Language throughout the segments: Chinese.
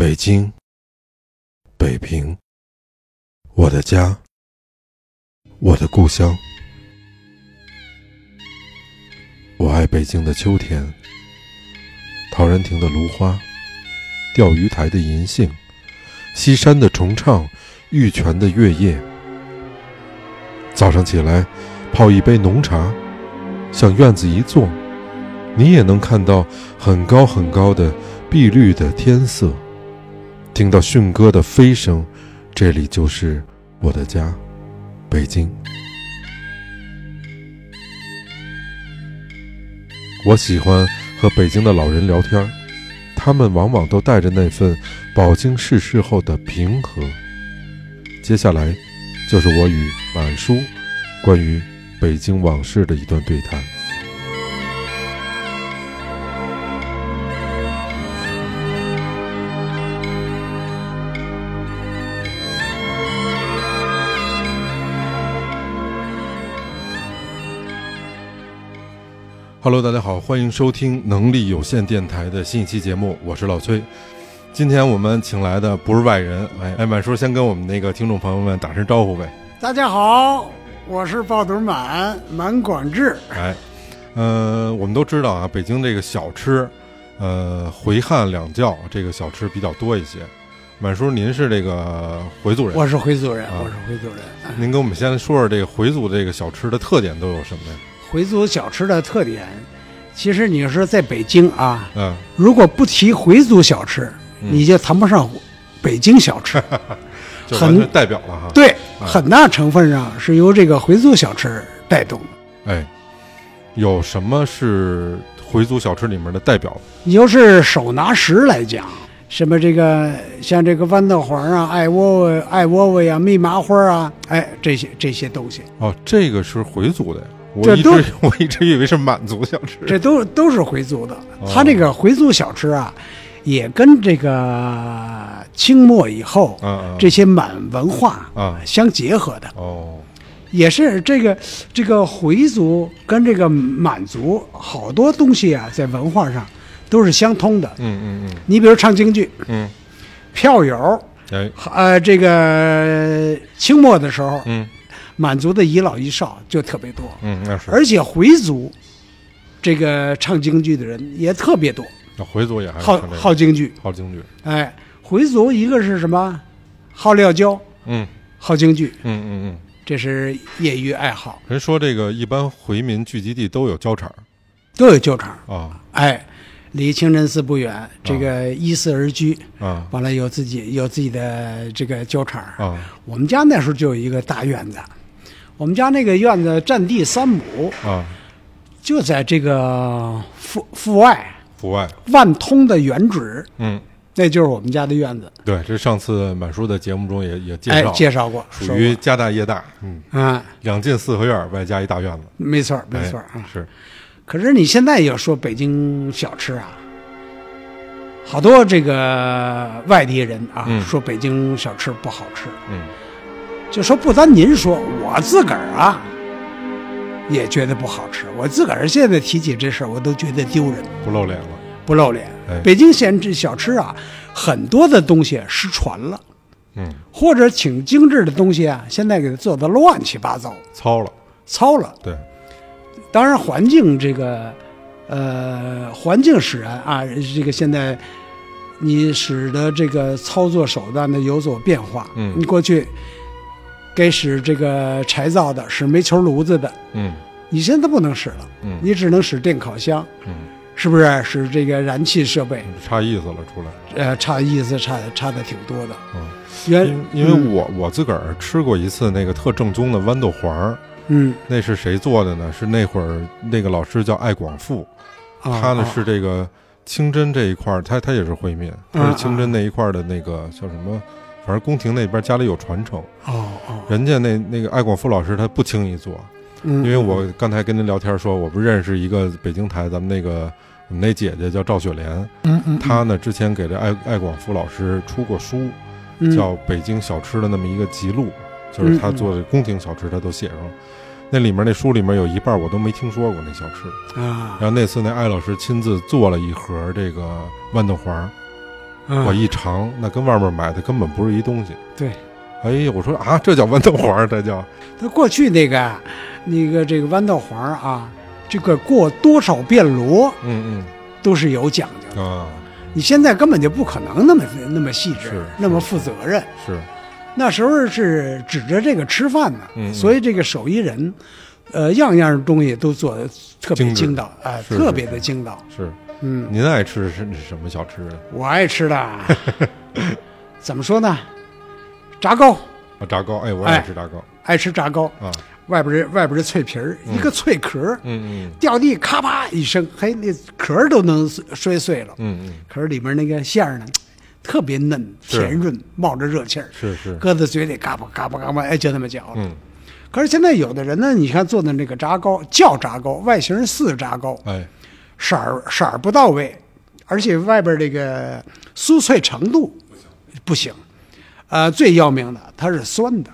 北京，北平，我的家，我的故乡。我爱北京的秋天，陶然亭的芦花，钓鱼台的银杏，西山的重唱，玉泉的月夜。早上起来，泡一杯浓茶，向院子一坐，你也能看到很高很高的碧绿的天色。听到迅哥的飞声，这里就是我的家，北京。我喜欢和北京的老人聊天儿，他们往往都带着那份饱经世事后的平和。接下来，就是我与满叔关于北京往事的一段对谈。Hello，大家好，欢迎收听能力有限电台的新一期节目，我是老崔。今天我们请来的不是外人，哎哎，满叔先跟我们那个听众朋友们打声招呼呗。大家好，我是爆肚满满广志。哎，呃，我们都知道啊，北京这个小吃，呃，回汉两教这个小吃比较多一些。满叔，您是这个回族人，我是回族人，啊我是回族人。您给我们先说说这个回族这个小吃的特点都有什么呀？回族小吃的特点，其实你说在北京啊，嗯，如果不提回族小吃，嗯你就谈不上北京小 吃。就完全代表了哈。对，啊很大成分上是由这个回族小吃带动的。哎，有什么是回族小吃里面的代表？你要是手拿食来讲，什么这个像这个豌豆黄啊、艾窝窝、艾窝窝呀、蜜麻花啊，哎，这些这些东西，哦，这个是回族的呀，我这一都直我一直以为是满族小吃。这都都是回族的哦。他这个回族小吃啊，也跟这个清末以后啊啊这些满文化啊相结合的，哦，也是这个这个回族跟这个满族好多东西啊，在文化上都是相通的。嗯嗯你比如唱京剧，嗯票友，嗯，哎，呃，这个清末的时候，嗯满族的遗老遗少就特别多，嗯，那是。而且回族这个唱京剧的人也特别多。那回族也还是好看这个好京剧，好京剧。哎，回族一个是什么？好料椒，嗯好京剧，嗯嗯嗯，这是业余爱好，人说这个一般回民聚集地都有交场都有教场。啊哎，离清真寺不远，这个依寺而居，啊完了有自己有自己的这个教场。啊我们家那时候就有一个大院子，我们家那个院子占地三亩，啊！就在这个阜阜外阜外，万通的原址，嗯，那就是我们家的院子。对，这上次满叔在节目中也也介哎绍，，介绍过，属于家大业大，嗯，啊、两进四合院，外加一大院子，没错儿没哎错儿啊。是可是你现在要说北京小吃啊，好多这个外地人啊、嗯说北京小吃不好吃，嗯就说不单您说，我自个儿啊也觉得不好吃。我自个儿现在提起这事儿，我都觉得丢人，不露脸了，不露脸。哎北京现这小吃啊，很多的东西失传了，嗯，或者挺精致的东西啊，现在给它做的乱七八糟，糙了，糙了。对，当然，环境这个，呃，环境使然啊，这个现在你使得这个操作手段的有所变化。嗯你过去该使这个柴灶的，使煤球炉子的，嗯你现在不能使了，嗯你只能使电烤箱，嗯，是不是？使这个燃气设备，差意思了出来。呃，差意思差的差的挺多的。嗯原因因为嗯我我自个儿吃过一次那个特正宗的豌豆黄儿，嗯那是谁做的呢？是那会儿那个老师叫艾广富，啊，他呢啊是这个清真这一块儿，他他也是回民，他啊是清真那一块儿的那个叫什么，反正宫廷那边家里有传承，哦哦，人家那那个艾广富老师他不轻易做，因因为我刚才跟您聊天说，我不认识一个北京台咱们那个。我们那姐姐叫赵雪莲，嗯嗯，她呢之前给这艾艾广富老师出过书，嗯叫《北京小吃》的那么一个集录，就是他做的宫廷小吃，他都写上了。那里面那书里面有一半我都没听说过那小吃。啊然后那次那艾老师亲自做了一盒这个豌豆黄儿，啊我一尝，那跟外面买的根本不是一东西。对，哎呦，我说啊，这叫豌豆黄儿，这叫它过去那个那个这个豌豆黄啊，这个过多少遍罗嗯都是有讲究的，嗯啊，你现在根本就不可能那么那么细致是，那么负责任。是那时候是指着这个吃饭呢，嗯嗯所以这个手艺人，呃，样样东西都做的特别精致精到，啊、是特是别是的精到。是。嗯，您爱吃是是什么小吃啊？我爱吃的啊， 怎么说呢？炸糕，啊炸糕，哎，我哎也吃炸糕爱吃炸糕，啊。外边这外边这脆皮儿，一个脆壳儿嗯嗯掉地，咔吧一声，嘿，那壳儿都能摔碎了，嗯嗯，可是里面那个馅儿呢，特别嫩是甜润，冒着热气儿，是是，搁在嘴里嘎巴嘎巴嘎巴，哎，就那么嚼了。嗯，可是现在有的人呢，你看做的那个炸糕叫炸糕，外形是似炸糕，哎，色儿色儿不到位，而且外边这个酥脆程度不行。呃，最要命的，它是酸的，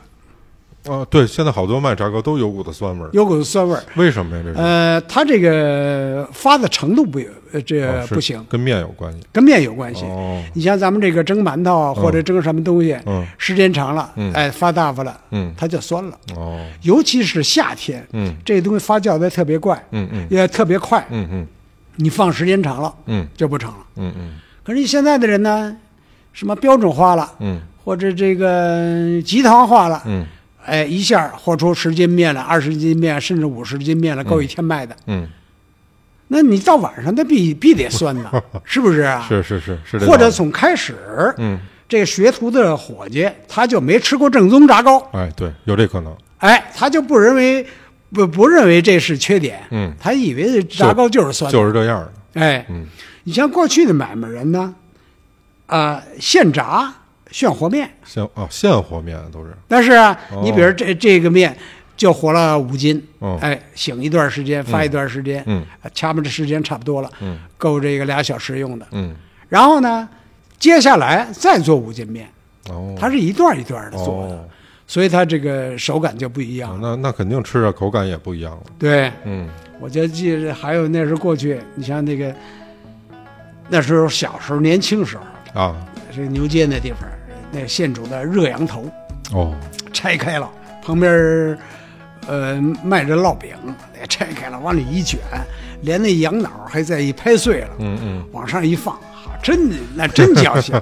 啊，对，现在好多卖炸糕都有股子酸味儿，有股酸味儿。为什么呀？这是呃，它这个发的程度不有，呃哦这是不行，跟面有关系。跟面有关系。哦，你像咱们这个蒸馒头啊，或者蒸什么东西，嗯时间长了，嗯哎，发大发了，嗯它就酸了。哦，尤其是夏天，嗯这东西发酵的特别怪，嗯嗯也特别快，嗯嗯你放时间长了嗯就不成了。嗯嗯可是现在的人呢，什么标准化了，嗯或者这个集团化了，嗯哎，一下豁出十斤面了、二十斤面，甚至五十斤面了，够一天卖的。嗯，那你到晚上，它必必得酸 的，是不是啊？是是是是这道理，或者从开始，嗯，这学徒的伙计他就没吃过正宗炸糕，哎，对，有这可能。哎，他就不认为不不认为这是缺点，嗯他以为炸糕就是酸的，就是这样儿的。哎，嗯你像过去的买卖人呢，啊、现炸现和面，现啊，现和面都是，但是啊，哦你比如这这个面就和了五斤，哦哎，醒一段时间，发一段时间，嗯呃，掐吧这时间差不多了，嗯，够这个俩小时用的。嗯，然后呢，接下来再做五斤面，哦，它是一段一段的做的，哦，所以它这个手感就不一样啊了。那那肯定吃着口感也不一样了。对，嗯我就记着，还有那时候过去，你像那个那时候小时候年轻时候，啊，这个牛街那地方，那现煮的热羊头哦，拆开了，旁边儿呃卖着烙饼，也拆开了，往里一卷，连那羊脑还在一拍碎了，嗯嗯，往上一放，啊、真的那真 矫情。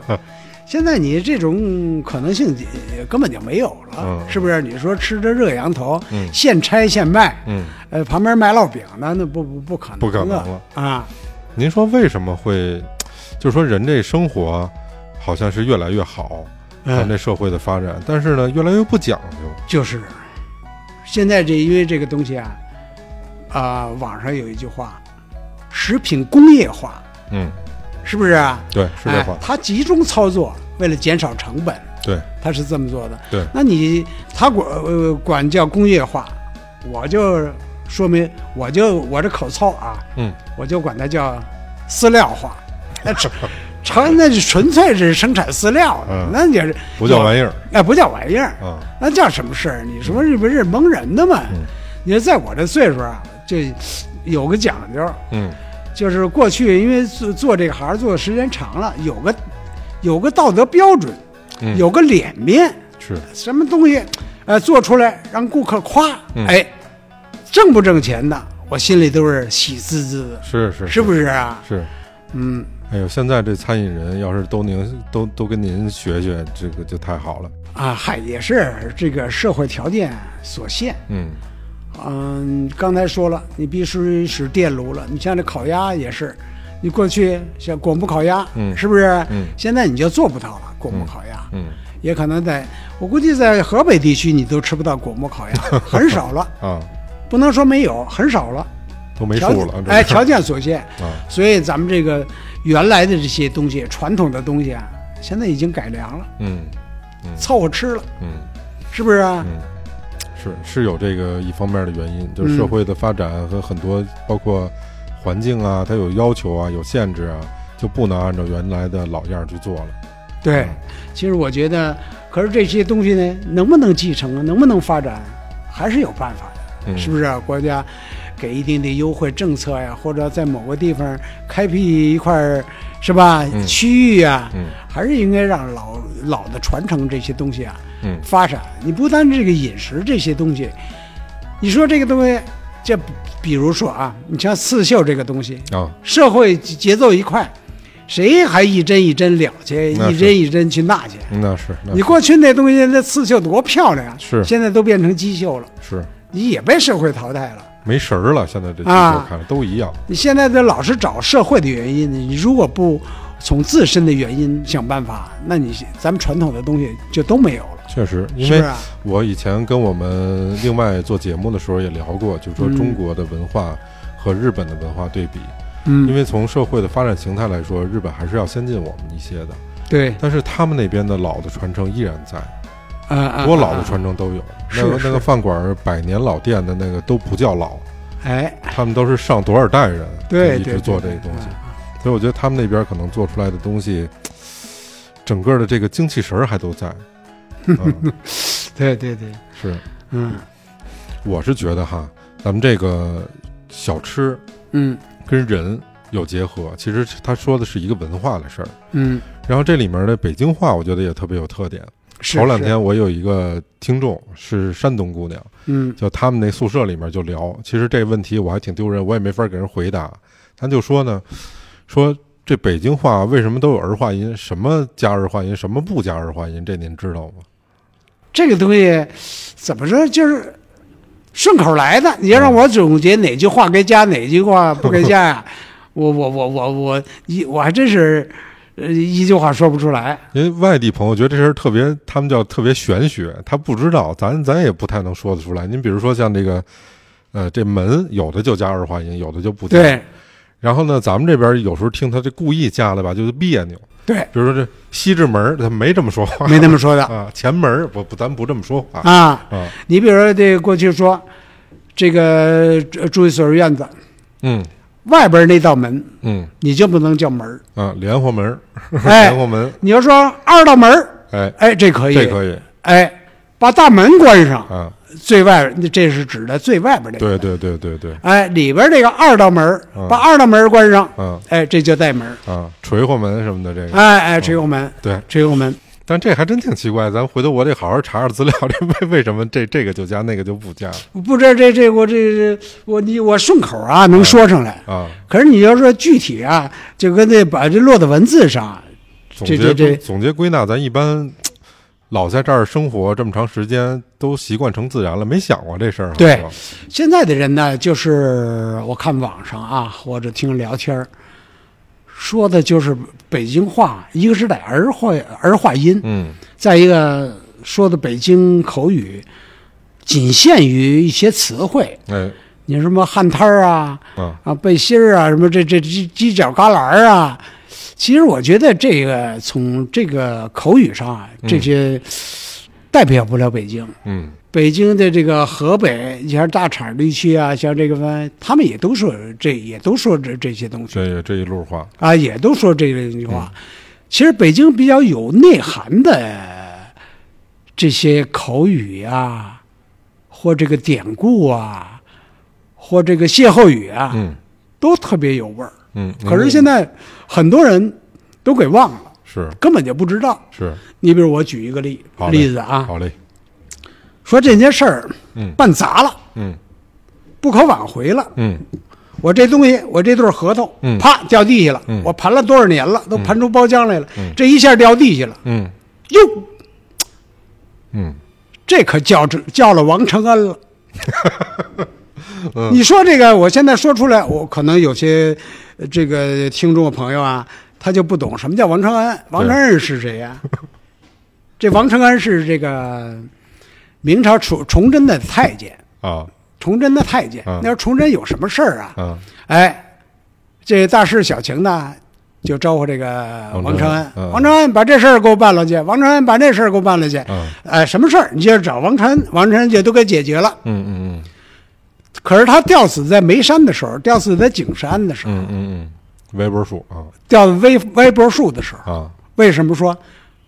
现在你这种可能性也根本就没有了，嗯是不是？你说吃着热羊头，嗯现拆现卖，嗯，呃，旁边卖烙饼的那不不不可能，不可能了啊！您说为什么会，就说人这生活好像是越来越好，咱们嗯，这社会的发展，但是呢，越来越不讲究。就是现在这因为这个东西啊，啊、网上有一句话，食品工业化，嗯，是不是啊？对，是这话哎，，它集中操作，为了减少成本，对它是这么做的。对，那你他管呃管叫工业化，我就说明我就我这口操啊，嗯，我就管它叫饲料化，那 纯纯那就纯粹是生产饲料的嗯，那也是不叫玩意儿哎不叫玩意儿，啊。那叫什么事儿？你说这不是蒙人的吗？嗯你说在我这岁数啊，就有个讲究，嗯就是过去因为做做这个行儿做的时间长了，有个有个道德标准，嗯，有个脸面。是什么东西，呃，做出来让顾客夸，嗯哎，挣不挣钱的，我心里都是喜滋滋的，是是是不是啊？是。嗯，哎呦，现在这餐饮人要是都您都都跟您学学，这个就太好了。啊，嗨，也是这个社会条件所限。嗯嗯，刚才说了，你必须使电炉了。你像这烤鸭也是，你过去像广布烤鸭，嗯是不是？嗯现在你就做不到了广布烤鸭。嗯也可能在，我估计在河北地区你都吃不到果木 烤鸭，很少了，啊，不能说没有，很少了。都没条数件了。哎，这是条件所限，啊，所以咱们这个原来的这些东西，传统的东西啊，现在已经改良了， 嗯凑合吃了，嗯。是不是啊？嗯，是是有这个一方面的原因，就是社嗯会的发展和很多包括环境啊，它有要求啊，有限制啊，就不能按照原来的老样儿去做了。对，嗯其实我觉得，可是这些东西呢，能不能继承啊，能不能发展，还是有办法的，嗯是不是啊？国家，给一定的优惠政策呀，或者在某个地方开辟一块儿是吧、嗯区域啊，嗯还是应该让老老的传承这些东西啊嗯发展。你不单这个饮食这些东西，你说这个东西，这比如说啊，你像刺绣这个东西，啊，社会节奏一快，谁还一针一针了去，那是一针一针去纳去？那是那你过去那东西那刺绣多漂亮啊，是现在都变成机绣了，是你也被社会淘汰了。没神儿了。现在这机啊构看着都一样，你现在的老是找社会的原因，你如果不从自身的原因想办法，那你咱们传统的东西就都没有了，确实，因是不为是啊？我以前跟我们另外做节目的时候也聊过，就是说嗯中国的文化和日本的文化对比，因嗯，为从社会的发展形态来说，日本还是要先进我们一些的，对，但是他们那边的老的传承依然在，啊啊，多老的啊，传承都有。是那个是那个饭馆儿百年老店的那个都不叫老，哎，他们都是上多少代人就对，一对直做这对个东西啊，所以我觉得他们那边可能做出来的东西，整个的这个精气神儿还都 在。嗯、对对对，是，嗯我是觉得哈，咱们这个小吃嗯跟人有结合，其实他说的是一个文化的事儿。嗯，然后这里面的北京话，我觉得也特别有特点。是头两，是天我有一个听众是山东姑娘，嗯就他们那宿舍里面就聊，其实这问题我还挺丢人，我也没法给人回答。他就说呢，说这北京话为什么都有儿化音，什么加儿化音，什么不加儿化音，这您知道吗？这个东西怎么说就是顺口来的。你要让我总结哪句话该加，哪句 话不该加呀、我我我我我一我还真是呃一句话说不出来。因为外地朋友觉得这事儿特别，他们叫特别玄学，他不知道，咱咱也不太能说得出来。您比如说像这个，呃，这门有的就加儿化音，有的就不加。对然后呢，咱们这边有时候听他这故意加了吧，就是别扭。对，比如说这西直门儿，他没这么说话，没那么说 的啊，前门儿不不，咱不这么说话啊。啊，你比如说这过去说这个呃住一所院子嗯外边那道门，嗯你就不能叫门儿。啊，莲花门儿， 哎莲花门，你要说二道门儿，哎，哎，这可以，这可以哎。把大门关上，啊，最外这是指的最外边那个。对对对对对，哎，里边这个二道门儿嗯，把二道门儿关上，啊哎，这叫带门儿。啊，垂花门什么的这个，哎哎，垂红门，对，垂红门，但这还真挺奇怪，咱回头我得好好查查资料，这为为什么这这个就加那个就不加了不知道这这我这我你我顺口嗯啊能说上来，啊？可是你要说具体啊，就跟这把这落到文字上，总这结这这总结归纳，咱一般老在这儿生活这么长时间，都习惯成自然了，没想过这事儿哈。对是吧现在的人呢，就是我看网上啊，或者听聊天儿，说的就是北京话，一个是带儿化儿化音，嗯再一个说的北京口语，仅限于一些词汇。哎你什么旱摊儿啊啊啊背心儿啊什么这这犄犄角旮旯儿啊，其实我觉得这个从这个口语上啊，这些代表不了北京。嗯北京的这个河北，你像大厂地区啊，像这个什他们也都说这也都说这这些东西这这一路话，啊，也都说这一句嗯话。其实北京比较有内涵的这些口语啊，或这个典故啊，或这个歇后语啊，嗯都特别有味儿。嗯。可是现在在很多人都给忘了，是根本就不知道。是你比如我举一个例好嘞例子啊，好嘞，说这件事儿嗯办砸了，嗯不可挽回了。嗯我这东西，我这对合同，嗯啪掉地下了。嗯我盘了多少年了，都盘出包浆来了。嗯这一下掉地下了，嗯哟，嗯这可叫这叫了王承恩了。 嗯你说这个，我现在说出来，我可能有些呃这个听众朋友啊，他就不懂什么叫王承恩。王承恩是 谁呀、这王承恩是这个明朝崇崇祯的太监，啊崇祯的太监。嗯那时候崇祯有什么事儿啊？啊，哎，这大事小情呢，就招呼这个王承恩。嗯王承恩把这事儿给我办了去，王承恩把这事儿给我办了去。嗯哎，什么事儿你就找王承恩，王承恩就都给解决了。嗯嗯嗯可是他吊死在眉山的时候，吊死在景山的时候，嗯嗯嗯，歪脖鼠啊吊在歪歪脖树的时候，啊，为什么说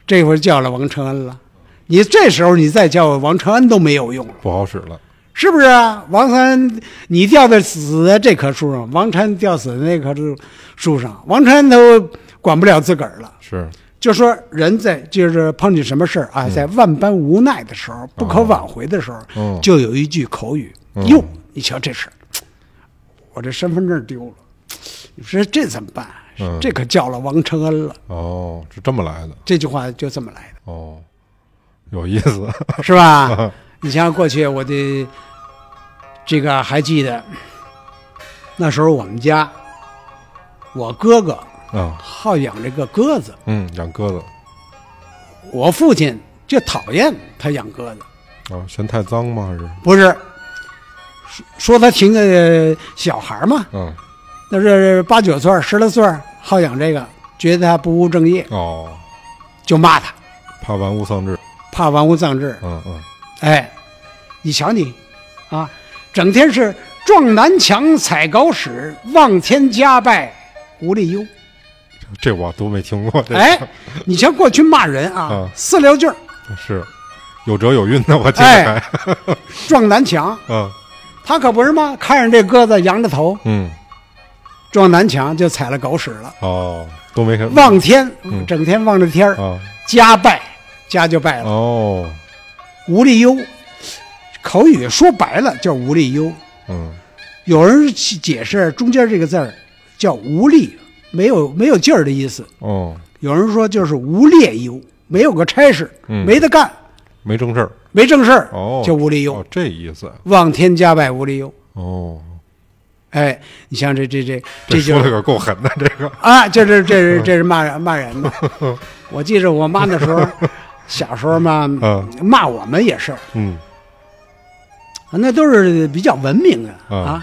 这回叫了王承恩了？你这时候你再叫王承恩都没有用了，不好使了，是不是啊？王三，你吊在死在这棵树上，王禅吊死在那棵树树上，王禅都管不了自个儿了。是，就说人在就是碰见什么事儿啊，在万般无奈的时候，不可挽回的时候，嗯哦就有一句口语：“嗯哟，你瞧这事儿，我这身份证丢了，你说这怎么办？嗯这可叫了王承恩了。哦，是这么来的，”这句话就这么来的，哦，有意思，是吧？你像过去我的这个还记得，那时候我们家我哥哥啊，好养这个鸽子，嗯，养鸽子我父亲就讨厌他养鸽子。啊，嫌太脏吗？还是，不是，说说他挺个小孩儿嘛，嗯，那是八九岁儿、十来岁儿，好养这个，觉得他不务正业，哦，就骂他，怕玩物丧志，怕玩物丧志。嗯嗯，哎，你瞧你，啊，整天是撞南墙踩狗屎，望天加拜无力忧。这我都没听过，这个哎，你瞧过去骂人啊嗯，四六句儿，是有辙有韵的，我听着哎还，撞南墙， 嗯他可不是吗？看着这鸽子扬着头嗯，撞南墙，就踩了狗屎了。哦，都没看望天嗯，整天望着天儿，啊，家败，家就败了，哦，无力忧。口语说白了叫无力忧，嗯，有人解释中间这个字儿叫无力，没有没有劲儿的意思。哦，有人说就是无烈忧，没有个差事，嗯没得干，没正事儿，没正事儿，哦，叫无力忧。哦，这意思，望天加败无力忧。哦，哎，你像这这这这就说的可够狠的，这 个，啊，这是这是这是骂人 骂人的。我记着我妈那时候，小时候嘛，嗯骂我们也是，嗯，那都是比较文明的嗯啊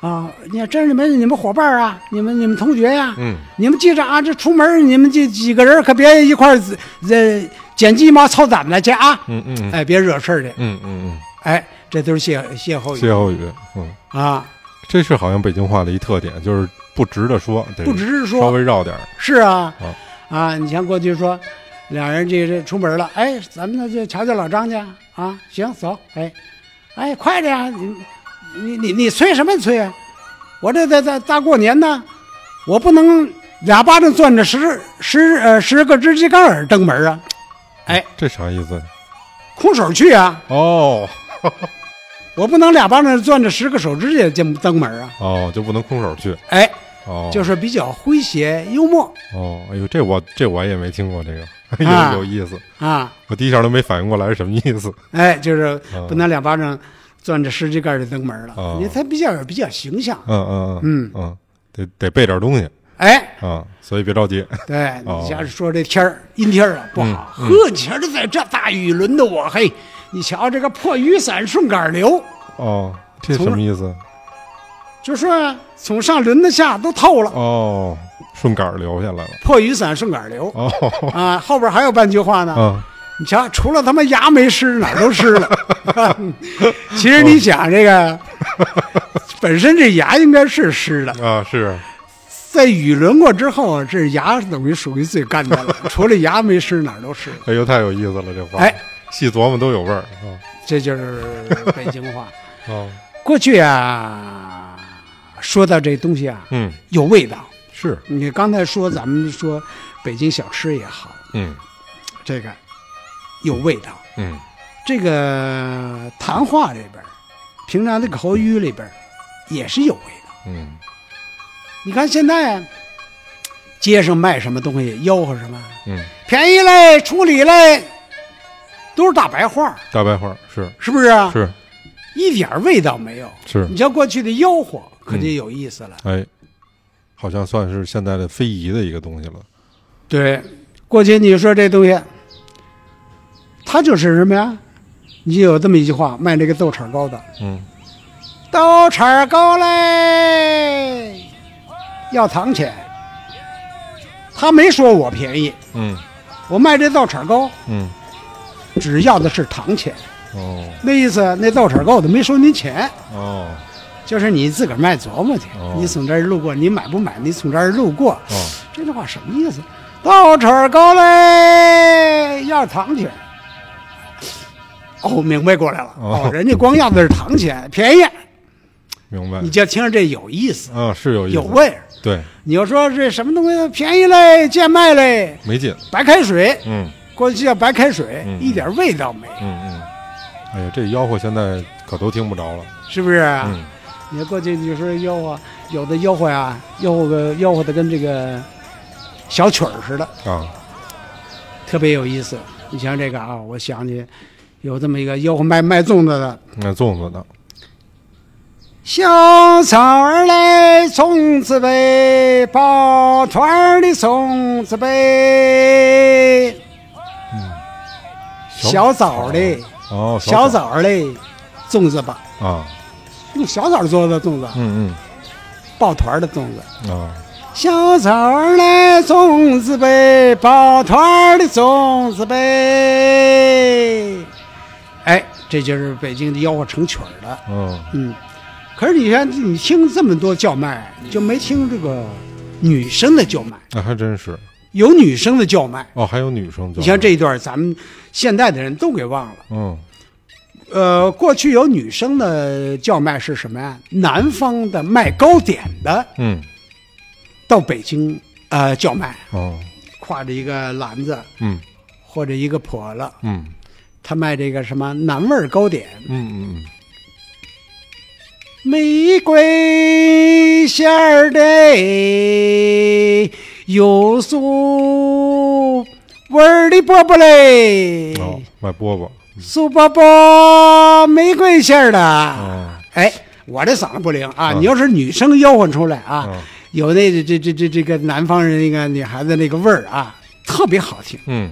啊！你看，这是你们你们伙伴啊，你们你们同学呀、嗯，你们记着啊，这出门你们这几个人可别一块儿这捡鸡毛凑胆子去啊！嗯嗯嗯哎，别惹事儿去！嗯嗯哎，这都是歇歇嗯，后语歇后语，嗯，啊，这是好像北京话的一特点，就是不直的说，得不只是嗯稍说，微绕点儿，是啊啊啊！你像过去说，俩人这这出门了，哎，咱们就瞧瞧老张去啊！行，走，哎，哎，快点啊！你你你你催什么催啊？我这在在大过年呢，我不能俩巴掌攥着十十呃十个指甲盖儿登门啊！哎，这啥意思？空手去啊！哦我不能俩巴掌攥着十个手指甲进登门啊！哦，就不能空手去，哎，哦，就是比较诙谐幽默哦，哎呦，这我这我也没听过 这个，啊有有意思，啊！我第一下都没反应过来是什么意思，哎，就是嗯不能俩巴掌攥着十指盖儿就登门了哦，你才比较比较形象。嗯嗯嗯嗯，嗯，得得备点东西哎，啊，所以别着急， 对哦嗯你像说这天儿阴天儿啊不好，呵，你瞧这在这大雨轮的我嘿，你瞧这个破雨伞顺杆儿流，哦，这什么意思？就说啊从上轮子下都透了，哦，顺杆儿流下来了，破雨伞顺杆儿流 哦，啊。后边还有半句话呢，嗯，你瞧，除了他妈牙没湿，哪儿都湿了。 其实你想 这个，本身这牙应该是湿的，啊是，在雨淋过之后，这牙等于属于最干的了，除了牙没湿，哪儿都湿了。哎呦，太有意思了，这话，哎，细琢磨都有味儿啊，这就是北京话。 哦，过去啊，说到这东西啊，嗯，有味道。是，你刚才说咱们说北京小吃也好，嗯这个有味道。嗯，这个谈话里边儿，平常的口语里边儿也是有味道。嗯，你看现在啊街上卖什么东西，吆喝什么，嗯，便宜嘞，处理嘞，都是大白话，大白花是是不是啊？是一点儿味道没有。是你，像过去的吆喝，可就有意思了。哎，好像算是现在的非遗的一个东西了，对，过去你说这东西，它就是什么呀？你有这么一句话，卖这个豆豉儿糕的，嗯，豆豉儿糕嘞，要糖钱。他没说我便宜，嗯我卖这豆豉儿糕嗯，只要的是糖钱，哦那意思那豆豉儿糕我都没收您钱，哦就是你自个儿卖琢磨去。哦你从这儿路过，你买不买？你从这儿路过，哦，这句话什么意思？豆豉儿糕嘞，要糖钱。哦，明白过来了，哦，人家光要的是糖钱，便宜，明白你就听着这有意思，啊，是有意思，有味儿。对，你要说这什么东西便宜嘞，贱卖嘞，没劲，白开水，嗯关系叫白开水，嗯一点味道没，嗯嗯，哎呀，这吆喝现在可都听不着了，是不是啊？嗯，你要过去你就说吆喝，有的吆喝呀，吆喝个吆喝的跟这个小曲儿似的，啊，特别有意思。你像这个啊，我想起有这么一个吆喝卖卖粽子的，那粽子呢？小草儿嘞，粽子呗，抱团儿的粽子呗，嗯小枣儿嘞，哦，枣小枣儿嘞，粽子吧，啊，用小枣做的粽子，嗯抱团儿的粽子。嗯啊，小枣儿嘞，粽子呗，抱团儿的粽子呗。哎，这就是北京的吆喝成曲儿的。嗯，嗯，可是你看，你听这么多叫卖，你就没听这个女生的叫卖，那还真是有女生的叫卖。哦，还有女生叫，你像这，一段，咱们现代的人都给忘了。嗯，呃，过去有女生的叫卖是什么呀？南方的卖糕点的嗯，到北京呃叫卖，哦，挎着一个篮子嗯或者一个笸箩，嗯他卖这个什么南味儿糕点，嗯嗯玫瑰馅儿的有酥味儿的饽饽嘞嗯，，哎哦，卖饽饽，酥饽饽玫瑰馅儿的。哦，哎，我这嗓子不灵啊！嗯你要是女生吆喝出来啊嗯，有那这这这这个南方人那个女孩子那个味儿啊，特别好听。嗯，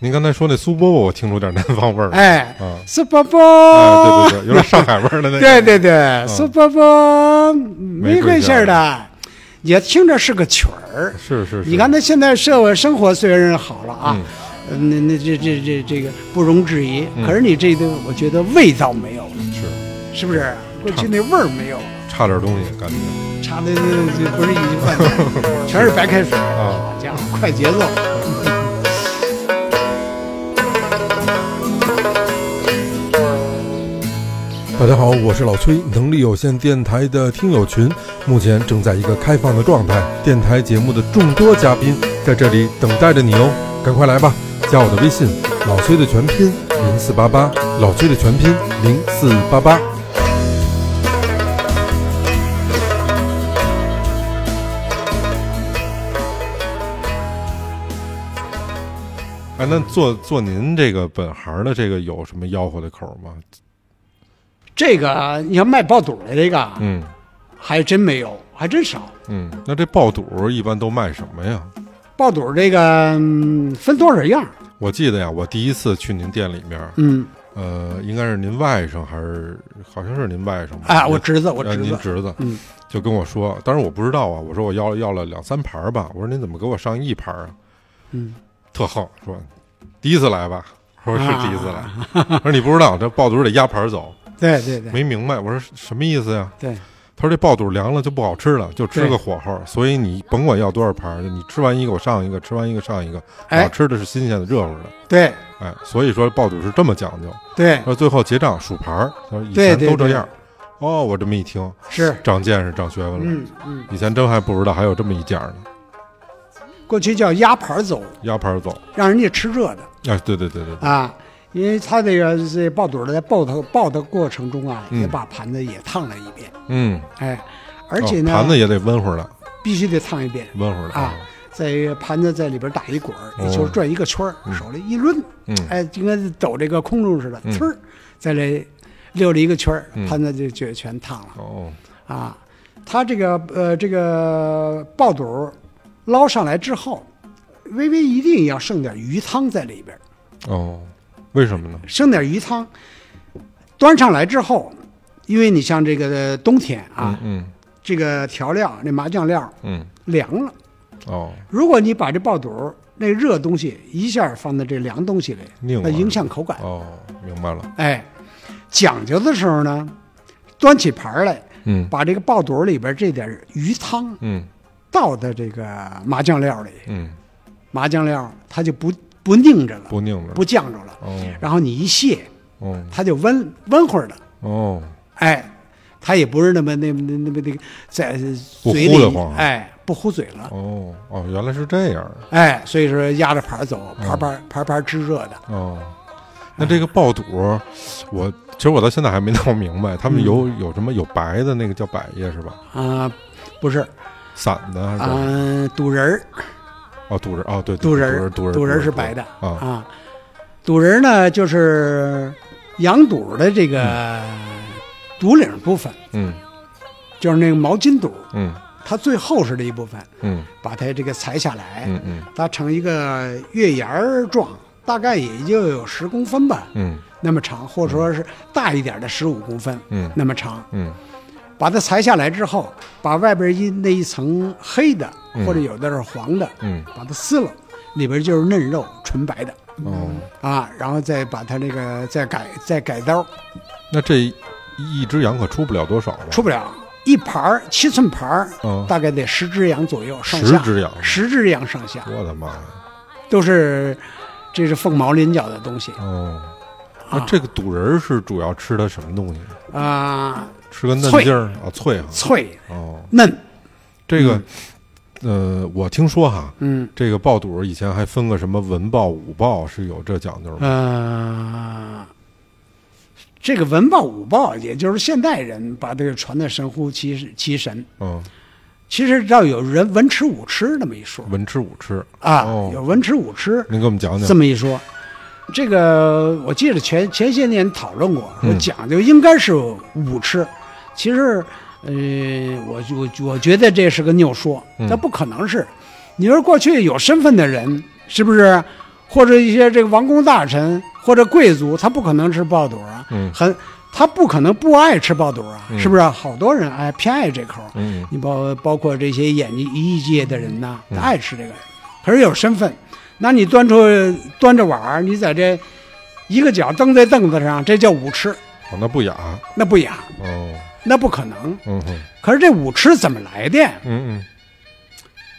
您刚才说那苏饽饽，我听出点南方味儿，，哎嗯，酥饽哎，饽，对对对，嗯有点上海味儿的那个，对对对，苏伯伯玫瑰馅儿玫瑰馅的，也听着是个曲儿。是是是，你看，他现在社会生活虽然好了啊，那那这这这这个不容置疑，嗯可是你这个我觉得味道没有了，是是不是？过去那味儿没有了，差点东西，感觉差的就不是一斤 半两，全是白开水，啊好家伙，快节奏。大家好，我是老崔，能力有限电台的听友群，目前正在一个开放的状态，电台节目的众多嘉宾在这里等待着你哦，赶快来吧，加我的微信，老崔的全拼零四八八，老崔的全拼零四八八。哎，那做做您这个本行的这个有什么吆喝的口吗？这个啊你要卖爆肚的这个，嗯。还真没有，还真少。嗯，那这爆肚一般都卖什么呀？爆肚这个嗯分多少样儿？我记得呀，我第一次去您店里面，嗯，呃，应该是您外甥还是好像是您外甥吧？啊，我侄子，我我侄您子，侄子，嗯，就跟我说，当时我不知道啊，我说我要了要了两三盘儿吧，我说您怎么给我上一盘儿啊？嗯，特横说，第一次来吧，我说是啊第一次来，我说你不知道这爆肚得压盘儿走，对对对没明白，我说什么意思呀？对，他说这爆肚凉了就不好吃了，就吃对个火候，所以你甭管要多少盘儿，你吃完一个我上一个，吃完一个上一个，我哎吃的是新鲜的热乎的，对哎，所以说爆肚是这么讲究。对说最后结账数盘儿，他说以对前对都这样。哦，我这么一听，是，长见识，长学问了。嗯嗯，以前真还不知道还有这么一家呢，过去叫压盘儿走，压盘儿走。让人家吃热的哎，对对对对对，啊，因为他这个这爆肚儿在爆的爆的过程中啊，嗯也把盘子也烫了一遍，嗯，哎，而且呢，哦盘子也得温乎的，必须得烫一遍，温乎的啊，在盘子在里边打一滚儿，哦也就是转一个圈儿，手里一抡，嗯哎，就跟抖这个空中似的，嗯呲儿，再来溜了一个圈儿嗯，盘子就就全烫了。哦，啊，它这个呃这个爆肚儿捞上来之后，微微一定要剩点鱼汤在里边儿，哦，为什么呢？剩点鱼汤，端上来之后，因为你像这个冬天啊，嗯这个调料那麻酱料嗯凉了，嗯，哦，如果你把这爆肚儿那热东西一下放在这凉东西里，拧那了影响口感。哦，明白了。哎，讲究的时候呢，端起盘儿来，嗯把这个爆肚儿里边儿这点儿鱼汤嗯倒到这个麻酱料里，嗯，麻酱料它就不不拧着了，不拧着。不酱着了。哦然后你一卸，哦他就温温和的，哦，哎，他也不是那么那么那么那么那个在呃不嘴呼里得慌啊哎不糊嘴了，哦，哦，原来是这样啊！哎，所以说压着盘儿走，嗯盘盘盘盘支热的，哦，那这个爆肚，我其实我到现在还没弄明白，他们有、嗯有什么有白的那个叫百叶是吧？啊、不是，散的还是？啊、赌人儿，哦，肚仁哦，对，肚仁仁儿，肚仁肚仁儿是白的啊，啊，赌人儿呢就是羊肚儿的这个肚领部分，嗯就是那个毛巾肚儿，嗯它最厚实的一部分，嗯把它这个裁下来，嗯嗯它成一个月牙儿状，大概也就有十公分吧，嗯那么长，或者说是大一点的十五公分，嗯那么长。嗯把它裁下来之后，把外边一那一层黑的，嗯或者有的是黄的，嗯，把它撕了，里边就是嫩肉，纯白的哦，啊，然后再把它那个再改再改刀，那这一一只羊可出不了多少吧？出不了一盘儿七寸盘儿，嗯大概得十只羊左右上下，十只羊十只羊上下我的妈呀！都是这是凤毛麟角的东西哦，那啊这个肚仁儿是主要吃的什么东西？啊，吃个嫩脆劲儿啊，脆啊。脆哦，嫩，这个，呃，我听说哈，嗯这个爆肚以前还分个什么文爆、武爆，是有这讲究吗？呃，这个文报武报，也就是现代人把这个传的神乎其其神。嗯，其实要有人文吃武吃那么一说嗯文吃武吃啊，有哦，文吃武吃您给我们讲这讲。么一说。这个我记得前前些年讨论过，说嗯讲究应该是武吃，其实呃，我我我觉得这是个谬说，嗯它不可能是。你说过去有身份的人，是不是？或者一些这个王公大臣或者贵族，他不可能吃爆肚啊，嗯很他不可能不爱吃爆肚啊，嗯是不是？好多人爱偏爱这口儿，嗯你包包括这些演艺界的人呐、他爱吃这个，可是有身份，那你端出端着碗儿，你在这一个脚蹬在凳子上，这叫舞痴，哦，那不雅。那不雅，哦，那不可能。嗯哼可是这舞痴怎么来的？呀？嗯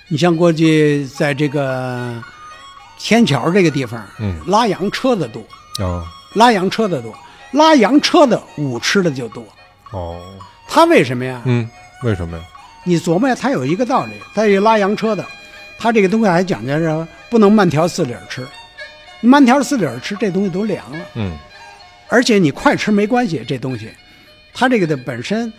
你像过去在这个天桥这个地方，嗯拉洋车的多，嗯，啊，拉洋车的多，拉洋车的舞痴的就多。哦，他为什么呀？嗯，为什么呀？你琢磨呀，它有一个道理。它有拉洋车的，它这个东西还讲究是不能慢条斯理儿吃，你慢条斯理儿吃这东西都凉了，嗯而且你快吃没关系，这东西，它这个的本身，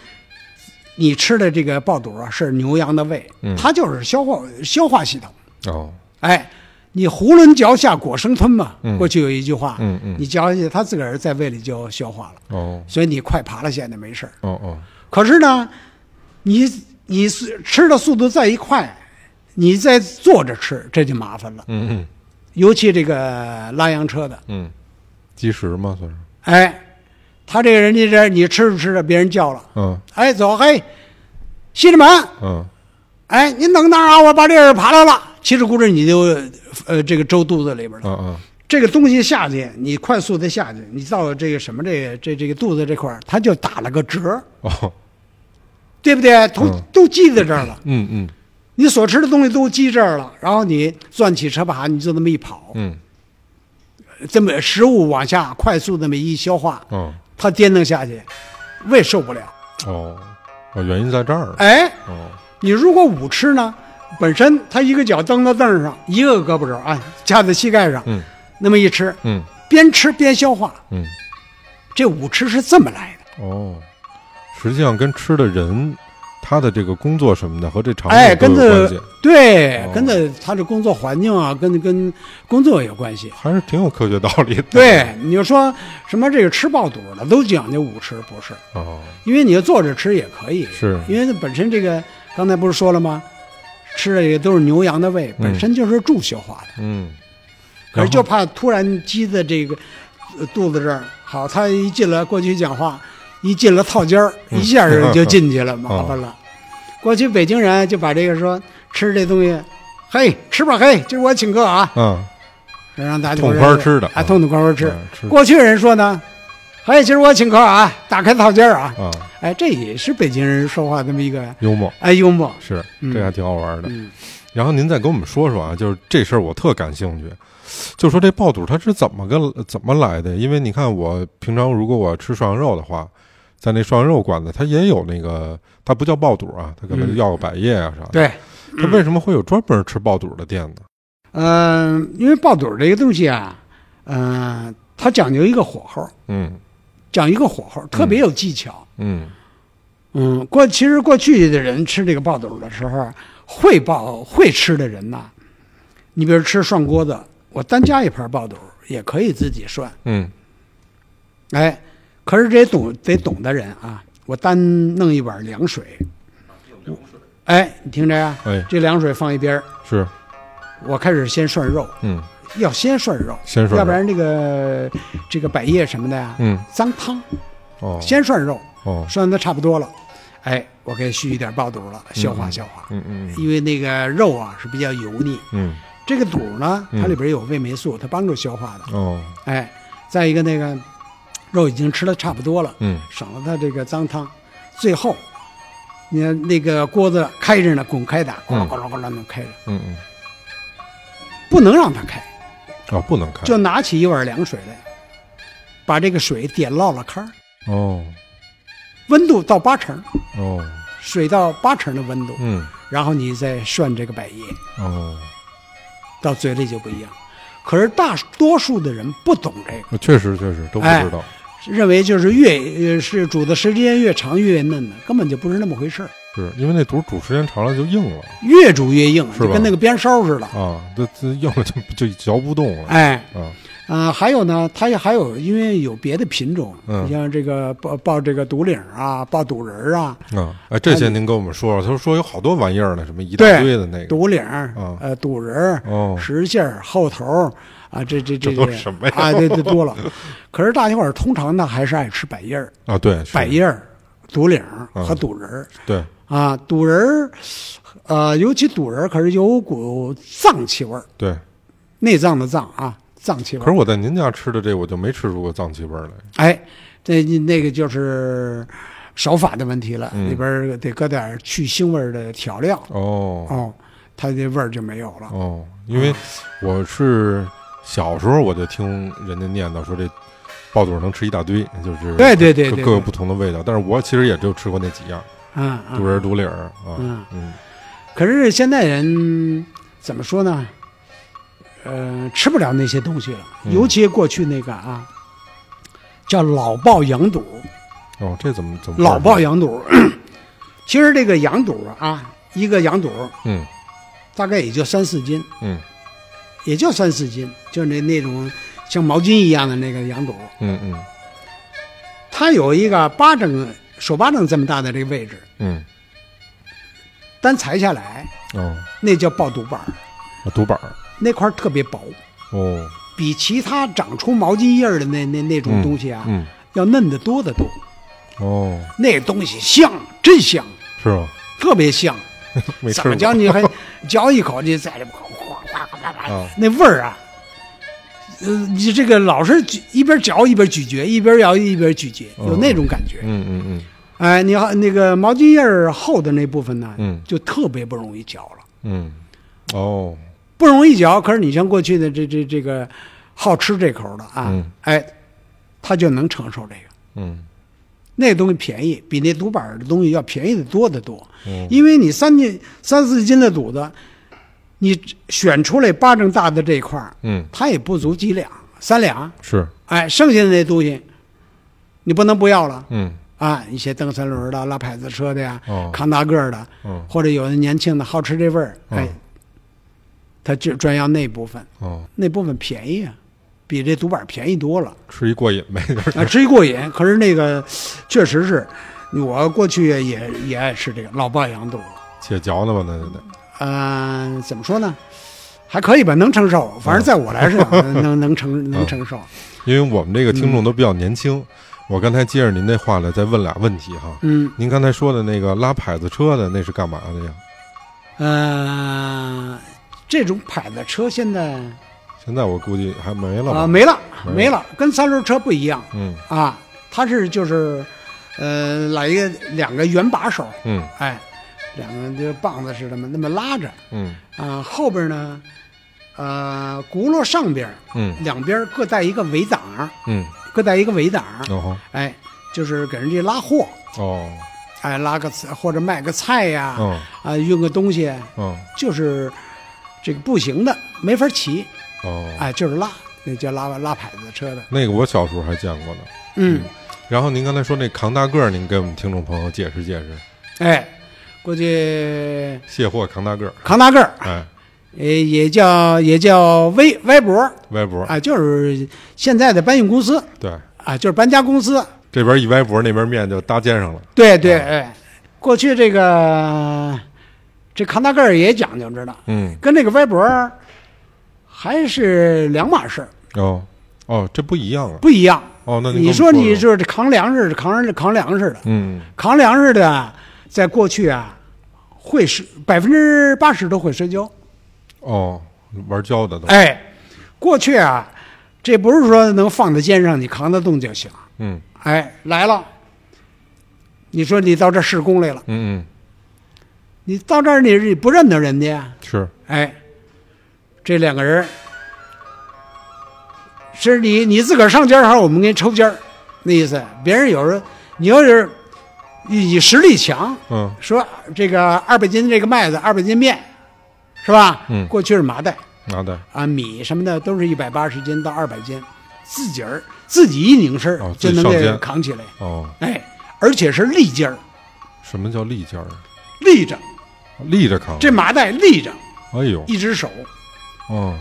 你吃的这个爆肚啊是牛羊的胃嗯，它就是消化消化系统。哦，哎，你囫囵嚼下果生吞嘛嗯，过去有一句话，嗯嗯你嚼下去，它自个儿在胃里就消化了，哦所以你快爬了现在没事儿。哦哦，可是呢，你你是吃的速度再一快，你再坐着吃，这就麻烦了。嗯嗯尤其这个拉洋车的，嗯，基石嘛算是。哎，他这个人家这你吃着吃着，别人叫了，嗯哎，走，嘿，西直门，嗯哎，您等等啊，我把这儿扒来了。其实估计你就呃这个周肚子里边了。嗯嗯这个东西下去，你快速的下去，你到这个什么这个这这个肚子这块儿，它就打了个折，哦，对不对？都、嗯都记在这儿了。嗯嗯你所吃的东西都积这儿了，然后你攥起车把，你就那么一跑，嗯这么食物往下快速那么一消化，嗯它颠蹬下去，胃受不了。哦，哦，原因在这儿。哎，哦你如果午吃呢，本身它一个脚蹬到凳上，一个胳膊肘啊架在膝盖上，嗯那么一吃，嗯边吃边消化，嗯这午吃是这么来的。哦，实际上跟吃的人，他的这个工作什么的和这场哎，景都跟有关这系，对哦，跟这他的工作环境啊，跟跟工作有关系。还是挺有科学道理的。对，你就说什么这个吃爆肚的都讲究午吃，不是？哦，因为你要坐着吃也可以，是因为本身这个刚才不是说了吗？吃的也都是牛羊的胃，本身就是助消化的，嗯，可然是后就怕突然积在这个呃肚子这儿。好，他一进来，过去讲话，一进了套间儿，嗯一下儿就进去了，麻烦了。过去北京人就把这个说吃这东西，嘿，吃吧，嘿，今儿我请客啊，嗯，让大家痛快吃的啊，痛痛快快吃。嗯吃过去人说呢，嘿，今儿我请客啊，打开套间儿啊，啊，哎，这也是北京人说话这么一个幽默哎幽默。是嗯这还挺好玩的。嗯然后您再给我们说说啊，就是这事儿我特感兴趣。就说这爆肚它是怎么个怎么来的？因为你看我平常如果我吃涮羊肉的话，在那涮羊肉馆子它也有那个，它不叫爆肚啊，它可能嗯要个百叶啊啥的。对，它为什么会有专门吃爆肚的店呢？嗯、因为爆肚儿这个东西啊，嗯、它讲究一个火候，嗯讲一个火候，特别有技巧。嗯嗯，过其实过去的人吃这个爆肚儿的时候，会爆会吃的人呐、你比如吃涮锅子，我单加一盘爆肚儿也可以自己涮，嗯哎，可是这懂得懂的人啊，我单弄一碗凉水，哎，你听着呀、哎这凉水放一边儿是我开始先涮肉，嗯要先涮肉，先涮肉要不然这个这个百叶什么的呀、嗯脏汤，哦先涮肉，哦涮的差不多了，哎，我该续一点爆肚了，消化消化，嗯嗯因为那个肉啊是比较油腻，嗯这个肚呢，嗯它里边有味酶素，它帮助消化的，哦哎，再一个那个肉已经吃的差不多了，嗯省了它这个脏汤，最后。你看那个锅子开着呢，滚开的，咕噜嗯咕噜咕噜弄开着，嗯嗯不能让它开，哦不能开就拿起一碗凉水来，把这个水点落了开儿，哦温度到八成，哦水到八成的温度，嗯然后你再涮这个百叶，哦。到嘴里就不一样。可是大多数的人不懂这个，哦确实，确实都不哎知道，认为就是越呃是煮的时间越长越嫩的，根本就不是那么回事儿。是因为那肚煮时间长了就硬了越煮越硬，是吧就跟那个鞭梢似的。啊，这这硬了就就嚼不动了哎，啊，啊、还有呢，它也还有，因为有别的品种，嗯你像这个爆爆这个独领儿啊，爆肚仁儿啊，啊，哎，这些您跟我们说说，他说有好多玩意儿呢，什么一大堆的那个，独领儿啊呃，肚仁儿，哦，实线儿、后头儿啊，这这这这都什么呀啊，这这多了。可是大家伙儿通常呢还是爱吃百叶儿、啊，对，是嗯百叶儿、肚领儿和肚仁儿对，啊，肚仁儿，呃，尤其肚仁儿，可是有股脏气味儿，对。内脏的脏啊，脏气味可是儿。我在您家吃的这，我就没吃出过脏气味儿来。哎，这那个就是手法的问题了，嗯里边儿得搁点儿去腥味儿的调料哦哦，它这味儿就没有了。哦，因为我是小时候我就听人家念叨说这爆肚能吃一大堆，就是对对对各对各有对不同的味道。但是我其实也就吃过那几样，啊啊肚！仁儿、肚里儿啊，嗯嗯可是现在人怎么说呢？呃，吃不了那些东西了，嗯尤其过去那个啊，叫老爆羊肚，哦，这怎么怎么老爆爆羊肚。 其实这个羊肚啊，一个羊肚嗯大概也就三四斤，嗯也就三四斤，就是那那种像毛巾一样的那个羊肚，嗯嗯它有一个巴掌手巴掌这么大的这个位置，嗯，单裁下来哦，那叫爆肚板儿，啊肚板儿，那块儿特别薄，哦，比其他长出毛巾叶儿的那那那种嗯东西啊，嗯，要嫩得多得多。哦，那东西香，真香，是吗？ 特别香。没吃怎么过嚼你还嚼一口，你在这哗哗哗哗啊哗，那味儿啊，呃，你这个老是咀一边嚼一边咀嚼，一边嚼一边咀嚼，有那种感觉。嗯嗯嗯哎，你好，那个毛巾叶儿厚的那部分呢，嗯就特别不容易嚼了，嗯，哦，不容易嚼。可是你像过去的这这这个好吃这口的啊，嗯哎，他就能承受这个。嗯那东西便宜，比那赌板儿的东西要便宜的多得多。嗯因为你三斤、三四斤的赌子，你选出来巴掌大的这一块儿，嗯，它也不足几两、三两。是，哎，剩下的那东西，你不能不要了嗯啊！一些蹬三轮的、拉牌子车的呀，哦扛大个儿的，嗯或者有的年轻的好吃这味儿，哎，嗯他就专要那部分，哦，那部分便宜啊，比这赌板儿便宜多了。吃一过瘾呗， 就是 啊，吃一过瘾。可是那个确实是，我过去也也爱吃这个老爆羊肚。且嚼呢吧，那就得，嗯、怎么说呢？还可以吧，能承受。反正在我来哦说，啊能能 承能承受。因为我们这个听众都比较年轻，我刚才接着您那话来再问俩问题哈。嗯，您刚才说的那个拉牌子车的，那是干嘛的呀？呃，这种牌子车现在现在我估计还没了吧？啊、没了没了没了，跟三轮车不一样嗯啊，它是就是呃来一个两个圆把手，嗯哎，两个就棒子似的嘛，那么拉着。嗯啊，后边呢，呃，轱辘上边儿嗯两边儿各带一个围挡儿，嗯，各带一个围挡儿，哦哎，就是给人家拉货，哦哎，拉个菜或者卖个菜呀，哦啊，运个东西，哦就是这个步行的没法骑，哦，哎，就是拉，那叫拉拉牌子车的，那个我小时候还见过呢。嗯，然后您刚才说那扛大个儿，您给我们听众朋友解释解释，哎，过去卸货扛啊大个儿，扛大个儿，哎，也也叫也叫歪歪脖儿，歪脖，啊，就是现在的搬运公司对，啊，就是搬家公司，这边一歪脖，那边面就搭肩上了。对对，啊哎，过去这个这扛大个儿也讲究着呢，嗯，跟这个歪脖儿还是两码事儿，哦哦，这不一样啊。不一样。哦，那您你给我说们你说，就是扛粮食的，扛人扛粮食的，嗯，扛粮食的，在过去啊，会摔百分之八十都会摔跤。哦，玩胶的都，哎，过去啊，这不是说能放在肩上你扛得动就行。嗯哎，来了，你说你到这儿试工来了，嗯你到这儿你你不认得人家呀，嗯，是，哎，这两个人，是你你自个儿上尖儿，还是我们给你抽尖儿？那意思，别人有人，你要是以以实力强，嗯说这个二百斤这个麦子，二百斤面，是吧？嗯过去是麻袋拿的，啊，米什么的都是一百八十斤到二百斤，自己儿自己一拧身儿哦就自己能上给肩扛起来，哦，哎，而且是立肩儿，什么叫立肩儿啊？立着，立着扛，这，麻袋立着，哎呦，一只手哦，